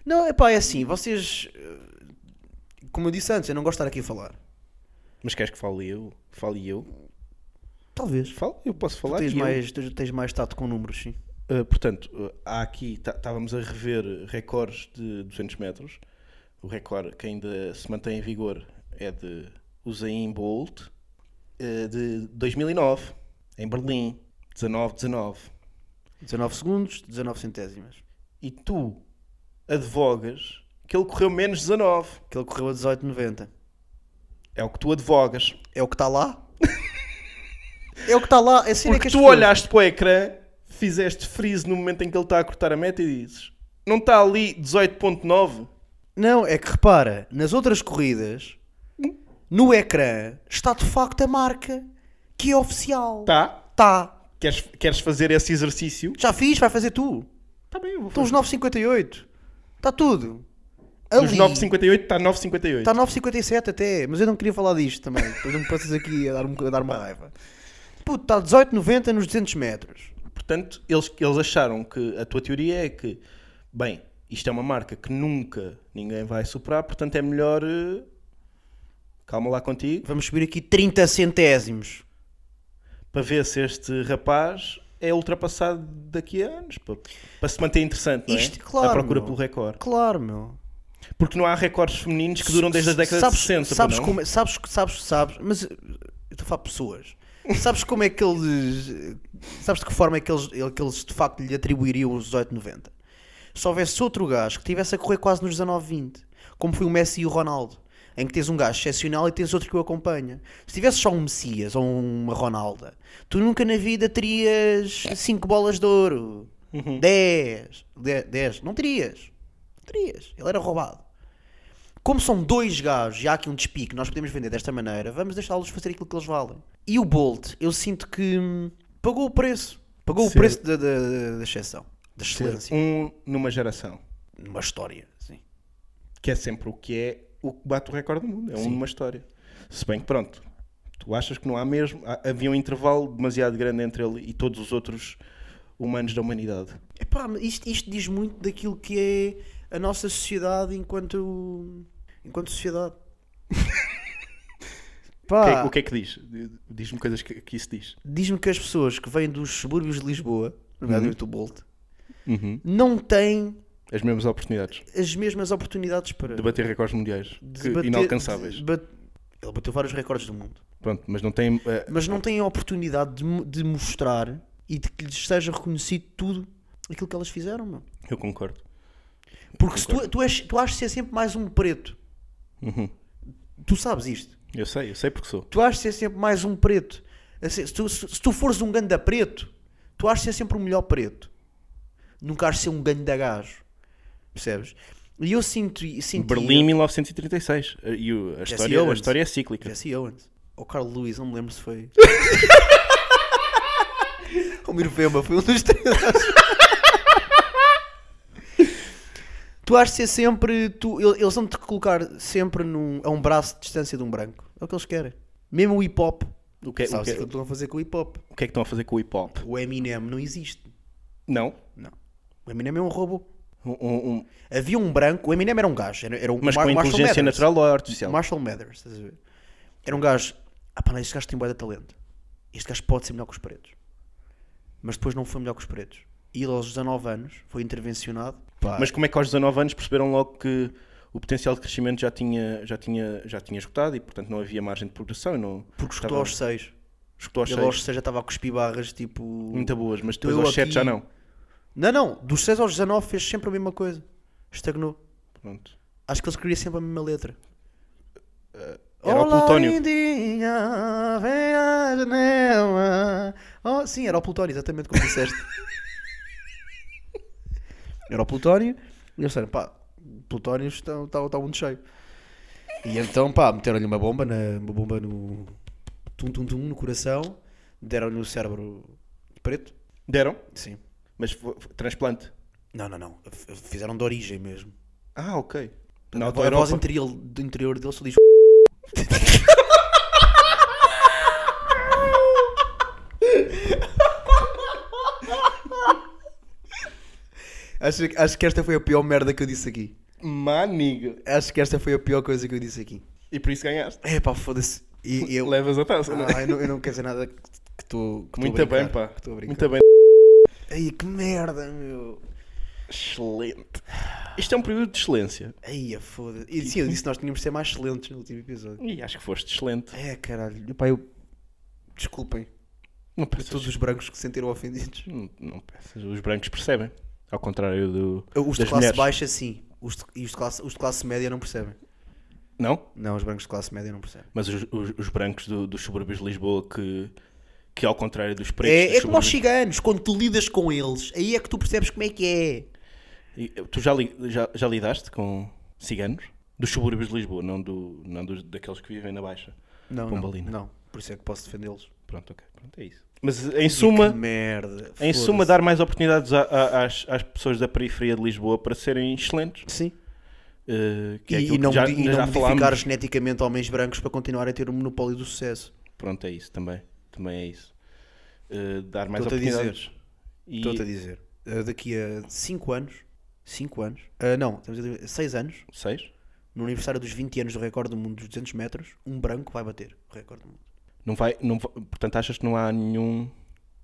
Speaker 3: Não, é pá, é assim. Vocês. eh, Como eu disse antes, eu não gosto de estar aqui a falar.
Speaker 4: Mas queres que fale eu? Fale eu?
Speaker 3: Talvez.
Speaker 4: Fale, eu posso
Speaker 3: Tu
Speaker 4: falar.
Speaker 3: tens,
Speaker 4: e eu-
Speaker 3: mais, tu tens mais tato com números, sim.
Speaker 4: Uh, portanto, uh, há aqui tá- estávamos a rever recordes de 200 metros. O recorde que ainda se mantém em vigor é de Usain Bolt uh, de 2009 em Berlim, 19-19.
Speaker 3: 19 segundos, 19 centésimas.
Speaker 4: E tu advogas que ele correu menos 19.
Speaker 3: Aquele correu a 18,90.
Speaker 4: É o que tu advogas.
Speaker 3: É o que está lá? é o que está lá? É assim é que
Speaker 4: Porque
Speaker 3: as
Speaker 4: tu
Speaker 3: pessoas-
Speaker 4: olhaste para o ecrã, fizeste freeze no momento em que ele está a cortar a meta e dizes: Não está ali 18,9?
Speaker 3: Não, é que repara, nas outras corridas, no ecrã, está de facto a marca que é oficial.
Speaker 4: Tá?
Speaker 3: Tá.
Speaker 4: Queres, queres fazer esse exercício?
Speaker 3: Já fiz, vai fazer tu.
Speaker 4: Tá bem, eu vou
Speaker 3: Estão os 9,58. Está Tá tudo.
Speaker 4: Nos
Speaker 3: Ali. Tá
Speaker 4: 9,58 está 9,58.
Speaker 3: Está 9,57 até, mas eu não queria falar disto também. Depois não me passas aqui a dar, um- a dar uma raiva. Puto, está 18,90 nos 200 metros.
Speaker 4: Portanto, eles, eles acharam que a tua teoria é que, bem, isto é uma marca que nunca ninguém vai superar, portanto é melhor. eh, Calma lá contigo,
Speaker 3: Vamos subir aqui 30 centésimos.
Speaker 4: para ver se este rapaz é ultrapassado daqui a anos, para, para se manter interessante, não é?
Speaker 3: Isto, claro,
Speaker 4: A procura
Speaker 3: meu.
Speaker 4: pelo recorde.
Speaker 3: Claro, meu.
Speaker 4: Porque não há recordes femininos que duram desde a década
Speaker 3: sabes,
Speaker 4: de 60,
Speaker 3: Sabes,
Speaker 4: não?
Speaker 3: como, é- sabes, sabes, sabes, mas uh, eu estou a falar de pessoas. Sabes como é que eles. uh, Sabes de que forma é que eles, é que eles de facto lhe atribuiriam os 18,90? Se houvesse outro gajo que estivesse a correr quase nos 19,20, como foi o Messi e o Ronaldo, em que tens um gajo excepcional e tens outro que o acompanha. Se tivesse só um Messias ou uma Ronalda, tu nunca na vida terias 5 bolas de ouro,
Speaker 4: Uhum.
Speaker 3: 10, 10, não terias. Não terias. Ele era roubado como são dois gajos e há aqui um despique, nós podemos vender desta maneira, vamos deixá-los fazer aquilo que eles valem. E o Bolt, eu sinto que hum, pagou o preço. Pagou
Speaker 4: Sim.
Speaker 3: o preço da, da, da- da exceção, da excelência.
Speaker 4: Um numa geração,
Speaker 3: Numa história, sim.
Speaker 4: que é sempre o que é o que bate o recorde do mundo, é um numa história. Se bem que pronto, tu achas que não há mesmo, há- havia um intervalo demasiado grande entre ele e todos os outros humanos da humanidade.
Speaker 3: Epá, mas isto, isto diz muito daquilo que é a nossa sociedade enquanto, enquanto sociedade.
Speaker 4: O
Speaker 3: Pá,
Speaker 4: que é- O que é que diz? Diz-me coisas que, que isso diz.
Speaker 3: diz-me que as pessoas que vêm dos subúrbios de Lisboa, nomeadamente o Bolt, não têm
Speaker 4: As mesmas oportunidades
Speaker 3: as mesmas oportunidades para...
Speaker 4: de bater recordes mundiais que-
Speaker 3: de bater-
Speaker 4: inalcançáveis.
Speaker 3: de bat- Ele bateu vários recordes do mundo.
Speaker 4: Pronto, mas não tem. eh,
Speaker 3: Mas não tem a oportunidade de, mo- de mostrar e de que lhes seja reconhecido tudo aquilo que elas fizeram, meu.
Speaker 4: eu concordo.
Speaker 3: Porque se tu, tu, és, tu achas ser sempre mais um preto.
Speaker 4: Uhum.
Speaker 3: Tu sabes isto.
Speaker 4: Eu sei, eu sei porque sou.
Speaker 3: Tu achas ser sempre mais um preto. Assim, se, tu, se- se tu fores um ganda preto, tu achas ser sempre o melhor preto. Nunca achas ser um ganda gajo. Percebes? E eu sinto... sinto
Speaker 4: Berlim, 1936. eh, E o- a história, a
Speaker 3: Owens.
Speaker 4: história é cíclica.
Speaker 3: Jesse Owens. Ou Carl Lewis, não me lembro se foi. o Mirvemba foi um dos três. acho. Tu has de ser sempre. Tu, ele- eles vão te colocar sempre num, a um braço de distância de um branco. É o que eles querem. Mesmo o hip hop.
Speaker 4: O que, é- o,
Speaker 3: Sabes
Speaker 4: que,
Speaker 3: o que
Speaker 4: é-
Speaker 3: eles estão a fazer com o hip hop?
Speaker 4: o que é que estão a fazer com o hip hop?
Speaker 3: O Eminem não existe.
Speaker 4: Não.
Speaker 3: Não. O Eminem é um robô.
Speaker 4: Um- um- um-
Speaker 3: Havia um branco. O Eminem era um gajo. Era, era um
Speaker 4: mas
Speaker 3: Mar-
Speaker 4: com
Speaker 3: Marshall
Speaker 4: inteligência
Speaker 3: Mathers.
Speaker 4: natural ou artificial?
Speaker 3: Marshall Mathers, estás a ver? Era um gajo. Ah, pá, não, este gajo tem boa de talento. Este gajo pode ser melhor que os pretos. Mas depois não foi melhor que os pretos. E ele aos 19 anos foi intervencionado. Pá,
Speaker 4: Mas como é que aos 19 anos perceberam logo que o potencial de crescimento já tinha, já tinha, já tinha esgotado e, portanto, não havia margem de progressão? e Não,
Speaker 3: porque escutou
Speaker 4: estava-
Speaker 3: aos 6.
Speaker 4: escutou tá aos
Speaker 3: Ele
Speaker 4: seis.
Speaker 3: aos 6 já estava a cuspir barras tipo.
Speaker 4: Muito boas, mas depois
Speaker 3: Eu
Speaker 4: aos 7 já
Speaker 3: aqui-
Speaker 4: não.
Speaker 3: Não, não. Dos 6 aos 19 fez sempre a mesma coisa. Estagnou.
Speaker 4: Pronto.
Speaker 3: Acho que ele escrevia sempre a mesma letra.
Speaker 4: Eh, Era o
Speaker 3: Olá,
Speaker 4: Plutónio.
Speaker 3: lindinha, vem à janela. Oh, sim, era o Plutónio, exatamente como disseste. era o Plutónio. E eles disseram, pá, Plutónio está, está, está muito cheio. E então, pá, meteram-lhe uma bomba, na, uma bomba no... Tum, tum, tum, no coração. Deram-lhe o cérebro preto.
Speaker 4: Deram,
Speaker 3: Sim.
Speaker 4: mas foi- foi transplante.
Speaker 3: Não, não, não. F- Fizeram de origem mesmo.
Speaker 4: Ah, ok.
Speaker 3: Não,
Speaker 4: Na
Speaker 3: a
Speaker 4: tua
Speaker 3: voz a voz
Speaker 4: Europa,
Speaker 3: interior, do interior dele só diz... acho, que- acho que esta foi a pior merda que eu disse aqui.
Speaker 4: maniga.
Speaker 3: Acho que esta foi a pior coisa que eu disse aqui.
Speaker 4: E por isso ganhaste.
Speaker 3: É pá, foda-se. E eu...
Speaker 4: Levas a taça, não é?
Speaker 3: Ah, eu, não, eu não quero dizer nada que estou
Speaker 4: Muito bem, pá.
Speaker 3: Que estou a brincar.
Speaker 4: Muito bem.
Speaker 3: Ai, que merda, meu.
Speaker 4: Excelente. Isto é um período de excelência.
Speaker 3: Ai, a foda E sim, eu disse que nós tínhamos de ser mais excelentes no último episódio.
Speaker 4: E acho que foste excelente.
Speaker 3: É, caralho. Epá, eu... Desculpem.
Speaker 4: Não
Speaker 3: A
Speaker 4: peças,
Speaker 3: todos os brancos que se sentiram ofendidos.
Speaker 4: não, não peças. Os brancos percebem. Ao contrário do,
Speaker 3: Os de
Speaker 4: das
Speaker 3: classe
Speaker 4: mulheres.
Speaker 3: baixa, sim. Os de, e os de classe, os de classe média não percebem.
Speaker 4: Não?
Speaker 3: Não, os brancos de classe média não percebem.
Speaker 4: Mas os, os- os brancos do- dos subúrbios de Lisboa que, que ao contrário dos pretos...
Speaker 3: É,
Speaker 4: dos
Speaker 3: é como aos
Speaker 4: subúrbios-
Speaker 3: ciganos, quando tu lidas com eles, aí é que tu percebes como é que é.
Speaker 4: E, Tu já, li- já, já lidaste com ciganos? Dos subúrbios de Lisboa, não, do, não dos, daqueles que vivem na Baixa.
Speaker 3: Não, não,
Speaker 4: Pombalina.
Speaker 3: não. Por isso é que posso defendê-los.
Speaker 4: Pronto, ok. Pronto, é isso. Mas em suma...
Speaker 3: Que merda.
Speaker 4: Em
Speaker 3: foda-se.
Speaker 4: suma, dar mais oportunidades a- a- às, às pessoas da periferia de Lisboa para serem excelentes.
Speaker 3: Sim.
Speaker 4: eh, que
Speaker 3: E,
Speaker 4: é aquilo
Speaker 3: e não,
Speaker 4: que já,
Speaker 3: modi- e
Speaker 4: já
Speaker 3: não
Speaker 4: falámos.
Speaker 3: modificar geneticamente homens brancos para continuarem a ter o monopólio do sucesso.
Speaker 4: Pronto, é isso também. Também é isso. Eh, dar mais
Speaker 3: Estou-te a
Speaker 4: oportunidades.
Speaker 3: dizer.
Speaker 4: E-
Speaker 3: Estou-te a dizer. uh, daqui a 5 anos. 5 anos. uh, não, 6 anos.
Speaker 4: Seis?
Speaker 3: No aniversário dos 20 anos do recorde do mundo dos 200 metros, um branco vai bater o recorde do mundo.
Speaker 4: Não vai, não, va- portanto, achas que não há nenhum.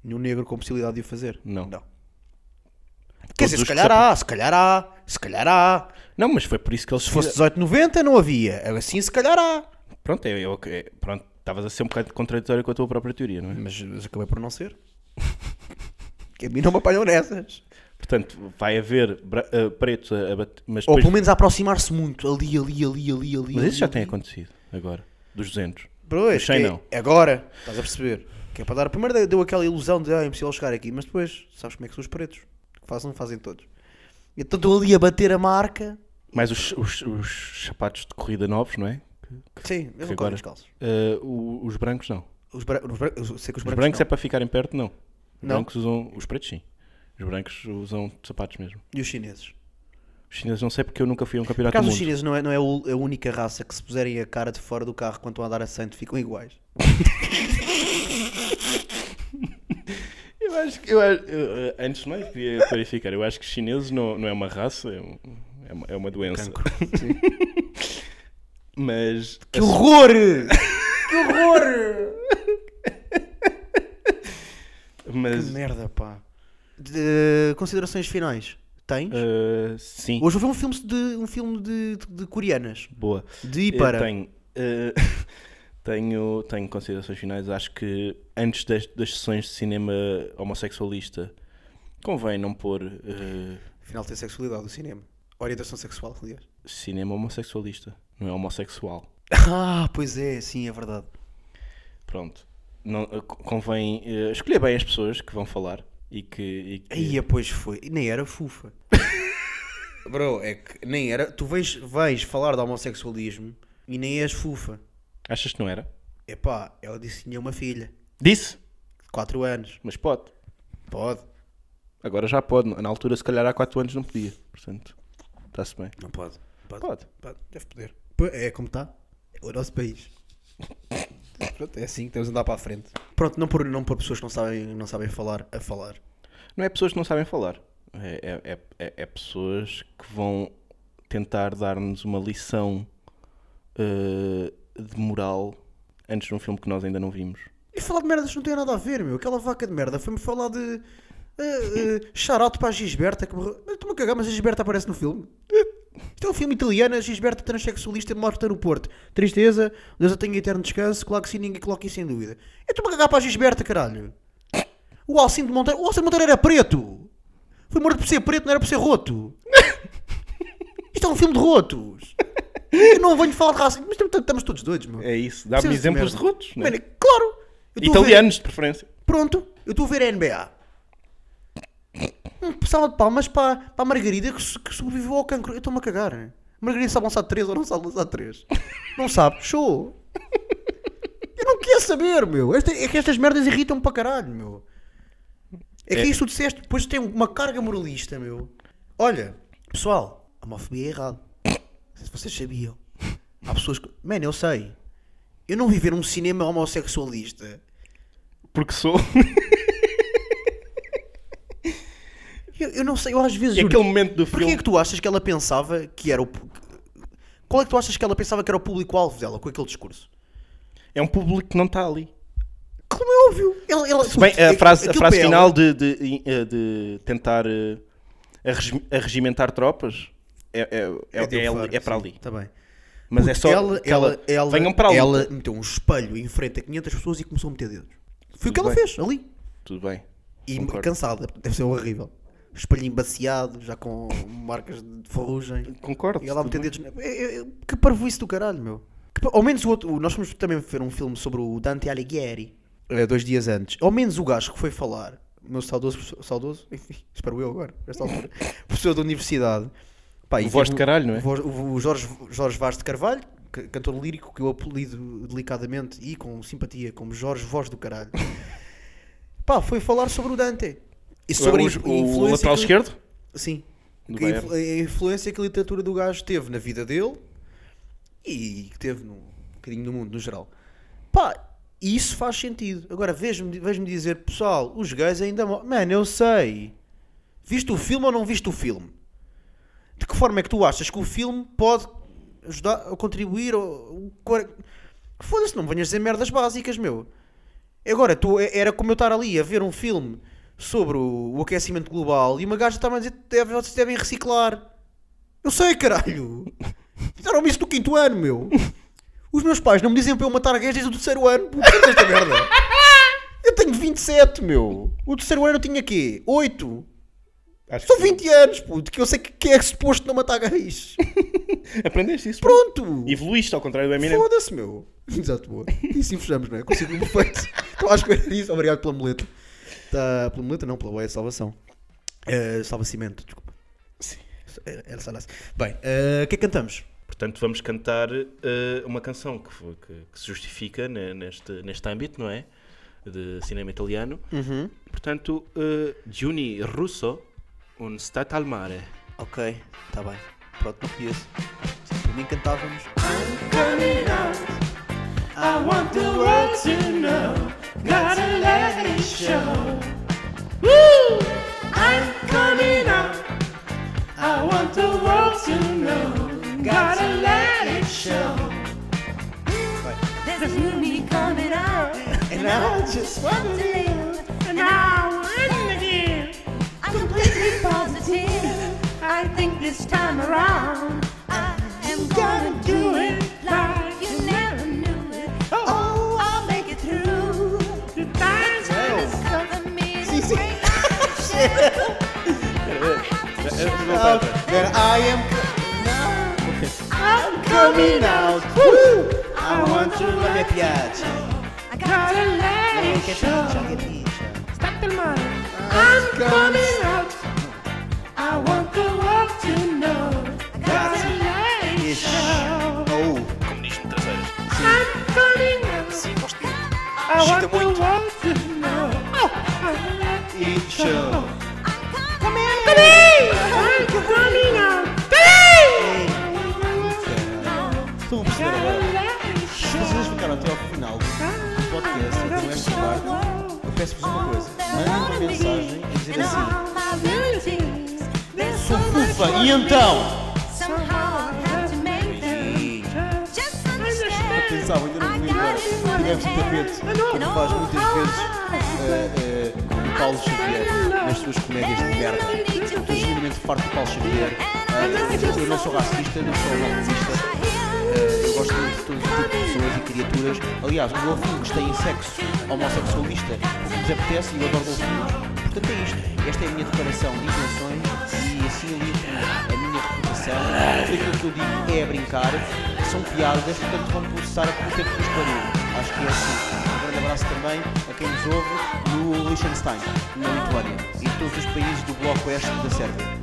Speaker 3: Nenhum um negro com possibilidade de o fazer?
Speaker 4: Não.
Speaker 3: Quer
Speaker 4: Todos
Speaker 3: dizer,
Speaker 4: os
Speaker 3: se
Speaker 4: que
Speaker 3: calhar
Speaker 4: se
Speaker 3: há, se calhar há, se calhar há.
Speaker 4: Não, mas foi por isso que eles
Speaker 3: Se fosse 1890 não havia, assim se calhar há.
Speaker 4: Pronto, é, é o que- é- pronto, estavas a ser um bocado contraditório com a tua própria teoria, não é?
Speaker 3: Mas, mas acabei por não ser. que a mim não me apanham nessas.
Speaker 4: Portanto, vai haver bra- eh, pretos a, a bater. Mas,
Speaker 3: Ou
Speaker 4: depois-
Speaker 3: pelo menos a aproximar-se muito, ali, ali, ali, ali, ali.
Speaker 4: mas isso já
Speaker 3: ali,
Speaker 4: tem
Speaker 3: ali.
Speaker 4: acontecido agora, dos 200.
Speaker 3: Pois,
Speaker 4: Mas sei
Speaker 3: que é-
Speaker 4: não.
Speaker 3: é agora, estás a perceber? Que é para dar. Primeiro deu aquela ilusão de ah, é impossível chegar aqui, mas depois sabes como é que são os pretos. O que fazem, fazem todos. Então estou ali a bater a marca.
Speaker 4: Mais os, os, os sapatos de corrida novos, não é?
Speaker 3: Sim, eu
Speaker 4: Que
Speaker 3: não
Speaker 4: agora-
Speaker 3: corro descalços.
Speaker 4: Eh, o- os brancos não.
Speaker 3: Os, bran... os, bran... eu sei que os brancos.
Speaker 4: Os brancos
Speaker 3: não.
Speaker 4: é para ficarem perto, não. Os
Speaker 3: Não?
Speaker 4: brancos usam. Os pretos, sim. Os brancos usam sapatos mesmo.
Speaker 3: E os chineses?
Speaker 4: Os chineses não sei porque eu nunca fui a um
Speaker 3: Por
Speaker 4: campeonato do
Speaker 3: acaso os
Speaker 4: mundo.
Speaker 3: chineses não é, não é o- a única raça que se puserem a cara de fora do carro quando estão a dar a santo ficam iguais.
Speaker 4: Eu acho que. Eu, acho- eu, eh, antes de mais, queria clarificar. Eu acho que chineses não, não é uma raça, é, um- é uma, é uma doença. Mas.
Speaker 3: Que horror! que horror!
Speaker 4: mas
Speaker 3: que merda, pá. De- considerações finais? Tens?
Speaker 4: eh, sim.
Speaker 3: Hoje vou ver um filme de, um filme de, de coreanas.
Speaker 4: Boa.
Speaker 3: De e
Speaker 4: Eu
Speaker 3: para.
Speaker 4: Tenho, eh, tenho, tenho considerações finais. Acho que antes das, das sessões de cinema homossexualista convém não pôr eh,
Speaker 3: Afinal tem sexualidade do cinema. Orientação sexual, aliás.
Speaker 4: cinema homossexualista. Não é homossexual.
Speaker 3: Ah, pois é, sim, é verdade.
Speaker 4: Pronto. Não, eh, co- convém eh, escolher bem as pessoas que vão falar e que. e que-
Speaker 3: Aí, pois foi. E Nem era fufa. Bro, é que nem era. Tu vens, vais falar de homossexualismo e nem és fufa.
Speaker 4: Achas que não era?
Speaker 3: Epá, ela disse que tinha uma filha.
Speaker 4: Disse,
Speaker 3: De 4 anos.
Speaker 4: mas pode.
Speaker 3: Pode.
Speaker 4: Agora já pode. Na altura, se calhar, há 4 anos não podia. Portanto, Está-se bem.
Speaker 3: Não pode. Pode.
Speaker 4: Pode.
Speaker 3: Pode. Deve poder. Pô, É como está. É o nosso país. Pronto, é assim que temos de andar para a frente. Pronto, não por, não por pessoas que não sabem, não sabem falar a falar.
Speaker 4: Não é pessoas que não sabem falar. É, é- é- é- é pessoas que vão tentar dar-nos uma lição uh, de moral antes de um filme que nós ainda não vimos.
Speaker 3: E falar de merdas não tem nada a ver, meu. Aquela vaca de merda foi-me falar de. Uh, Charote para a Gisberta que morreu. Mas Estou-me a cagar, mas a Gisberta aparece no filme. Isto é um filme italiano, a Gisberta transexualista morta no Porto. Tristeza, Deus a tenha eterno descanso, claro que sim, ninguém coloca isso em dúvida. Eu estou-me a cagar para a Gisberta, caralho. O Alcindo de Monteiro, o Alcindo de Monteiro era preto. Foi morto por ser preto, não era por ser roto. Isto é um filme de rotos. Eu não venho falar de racismo, mas estamos- estamos todos doidos, meu.
Speaker 4: É isso. Dá-me
Speaker 3: Percebes de
Speaker 4: exemplos de
Speaker 3: merda?
Speaker 4: rotos. Então, né?
Speaker 3: Mano, claro. Eu estou a ver-
Speaker 4: Italianos, de preferência.
Speaker 3: Pronto, eu estou a ver a NBA. Um salva de palmas para, para a Margarida que, so- que sobreviveu ao cancro. Eu estou-me a cagar. Margarida sabe lançar 3 ou não sabe lançar 3? Não sabe, show. Eu não quero saber, meu. Esta- é que estas merdas irritam-me para caralho, meu. É que é. isso que tu disseste, depois tem uma carga moralista, meu. Olha, pessoal, a homofobia é errado. Não sei se vocês sabiam. Há pessoas que. Mano, eu sei. Eu não viver um cinema homossexualista.
Speaker 4: Porque sou.
Speaker 3: Eu, eu não sei, eu às vezes.
Speaker 4: E
Speaker 3: juro-te,
Speaker 4: aquele momento do
Speaker 3: Porquê
Speaker 4: filme.
Speaker 3: é que tu achas que ela pensava que era o. pu- Qual é que tu achas que ela pensava que era o público-alvo dela com aquele discurso?
Speaker 4: É um público que não está ali.
Speaker 3: Como é óbvio! Ela, ela-
Speaker 4: Se bem, a
Speaker 3: aquilo-
Speaker 4: frase, a
Speaker 3: aquilo
Speaker 4: frase
Speaker 3: para
Speaker 4: final
Speaker 3: ela-
Speaker 4: de, de- eh, de tentar eh, arregi- arregimentar tropas é, é, é, é, ali- é para ali.
Speaker 3: Está tá bem.
Speaker 4: Mas é
Speaker 3: Porque
Speaker 4: só.
Speaker 3: Ela,
Speaker 4: que
Speaker 3: ela, ela,
Speaker 4: venham para ali.
Speaker 3: ela meteu um espelho em frente a 500 pessoas e começou a meter dedos. Foi o que
Speaker 4: Tudo
Speaker 3: ela
Speaker 4: bem.
Speaker 3: fez ali.
Speaker 4: Tudo bem.
Speaker 3: E
Speaker 4: Concordo.
Speaker 3: cansada, deve ser horrível. Espelho embaciado, já com marcas de ferrugem.
Speaker 4: Concordo.
Speaker 3: E ela a meter
Speaker 4: tudo bem.
Speaker 3: dedos. na- É, é, é, Que parvoíce do caralho, meu. Que par- Ao menos o outro. o- Nós fomos também ver um filme sobre o Dante Alighieri. eh, Dois dias antes. Ao menos o gajo que foi falar. Meu saudoso. professor- Saudoso? Enfim, espero eu agora. Nesta altura. professor da universidade. Pá, e
Speaker 4: O voz
Speaker 3: teve
Speaker 4: de
Speaker 3: um-
Speaker 4: caralho, não é?
Speaker 3: Voz- O o Jorge, Jorge Vaz de Carvalho, ca- cantor lírico que eu apelido delicadamente e com simpatia como Jorge Voz do Caralho, pá, foi falar sobre o Dante e sobre
Speaker 4: o,
Speaker 3: a inf-
Speaker 4: o
Speaker 3: influência
Speaker 4: lateral
Speaker 3: que-
Speaker 4: esquerdo?
Speaker 3: Sim,
Speaker 4: Do
Speaker 3: que a, influ-
Speaker 4: Bayern.
Speaker 3: a influência que a literatura do gajo teve na vida dele e que teve no, um bocadinho no mundo no geral, pá. E isso faz sentido. Agora, vejo-me vejo dizer, pessoal, os gays ainda. mo- Mano, eu sei. Viste o filme ou não viste o filme? De que forma é que tu achas que o filme pode ajudar ou contribuir? Ou, ou- Foda-se, não me venhas dizer merdas básicas, meu. Agora, tu, é, era como eu estar ali a ver um filme sobre o, o aquecimento global e uma gaja estava a dizer que deve- vocês devem reciclar. Eu sei, caralho. Fizeram-me isso no quinto ano, meu. Os meus pais não me dizem para eu matar gays desde o terceiro ano. Puta esta merda. Eu tenho 27, meu. O terceiro ano eu tinha quê? 8?
Speaker 4: Acho
Speaker 3: São
Speaker 4: que
Speaker 3: 20 anos, puto, que eu sei que, que é suposto não matar gays.
Speaker 4: Aprendeste isso?
Speaker 3: Pronto!
Speaker 4: Evoluíste ao contrário do Eminem.
Speaker 3: Foda-se, meu. Exato, boa. E assim fechamos, não é? Consigo um perfeito. Estava à espera disso. Obrigado pela muleta. Tá, pela muleta, não, pela ué, salvação. Eh, salvacimento, desculpa. Sim. Era, era só nessa. Bem, eh, o que é que cantamos?
Speaker 4: Portanto, vamos cantar eh, uma canção que, fo- que- que se justifica ne- neste, neste âmbito, não é? De cinema italiano. Portanto, eh, Giuni Russo, Un Stat al Mare.
Speaker 3: Ok, está bem. Pronto, não conheço. Por mim cantávamos.
Speaker 5: There's you me coming out.
Speaker 3: And I just want
Speaker 5: to live an hour in the year. I'm completely positive. I think this time around I am gonna do it like you never knew it. Oh, I'll make it through. The time's gonna discover me. the great light of shadow. I have to show
Speaker 3: out that I am
Speaker 5: I'm coming out.
Speaker 3: out. Woo! I
Speaker 5: want to
Speaker 3: La
Speaker 5: let you
Speaker 3: piace.
Speaker 5: I gotta let it show. I'm coming out. I want the world to know. Gotta let it show.
Speaker 3: Oh,
Speaker 5: I'm coming out. I want the world to know. Gotta let it show. Come here, come here. I'm coming out.
Speaker 3: perceber agora. Se vocês ficaram até ao final do podcast, até esta parte, eu peço-vos uma coisa. Mandem uma mensagem a dizer assim.
Speaker 5: Sou
Speaker 3: Ufa, e então?
Speaker 5: Atenção,
Speaker 3: Pensava, ainda não vi o greve de tapete, como faz muitas vezes eh, eh, o Paulo Xavier nas suas comédias de merda. Estou genuinamente farto do Paulo Xavier. Ah, eu não sou racista, não sou anarquista. Ah, Eu gosto muito de todo tipo de pessoas e criaturas. Aliás, o novo filme que está em sexo homossexualista nos apetece e eu adoro filmes. Portanto, é isto. Esta é a minha declaração de intenções e assim eu limpo a minha reputação. Tudo aquilo que eu digo é a brincar, são piadas, portanto vão processar a puta que vos pariu. Acho que é assim. Um grande abraço também a quem nos ouve no Liechtenstein, na Lituânia e todos os países do Bloco Oeste da Sérvia.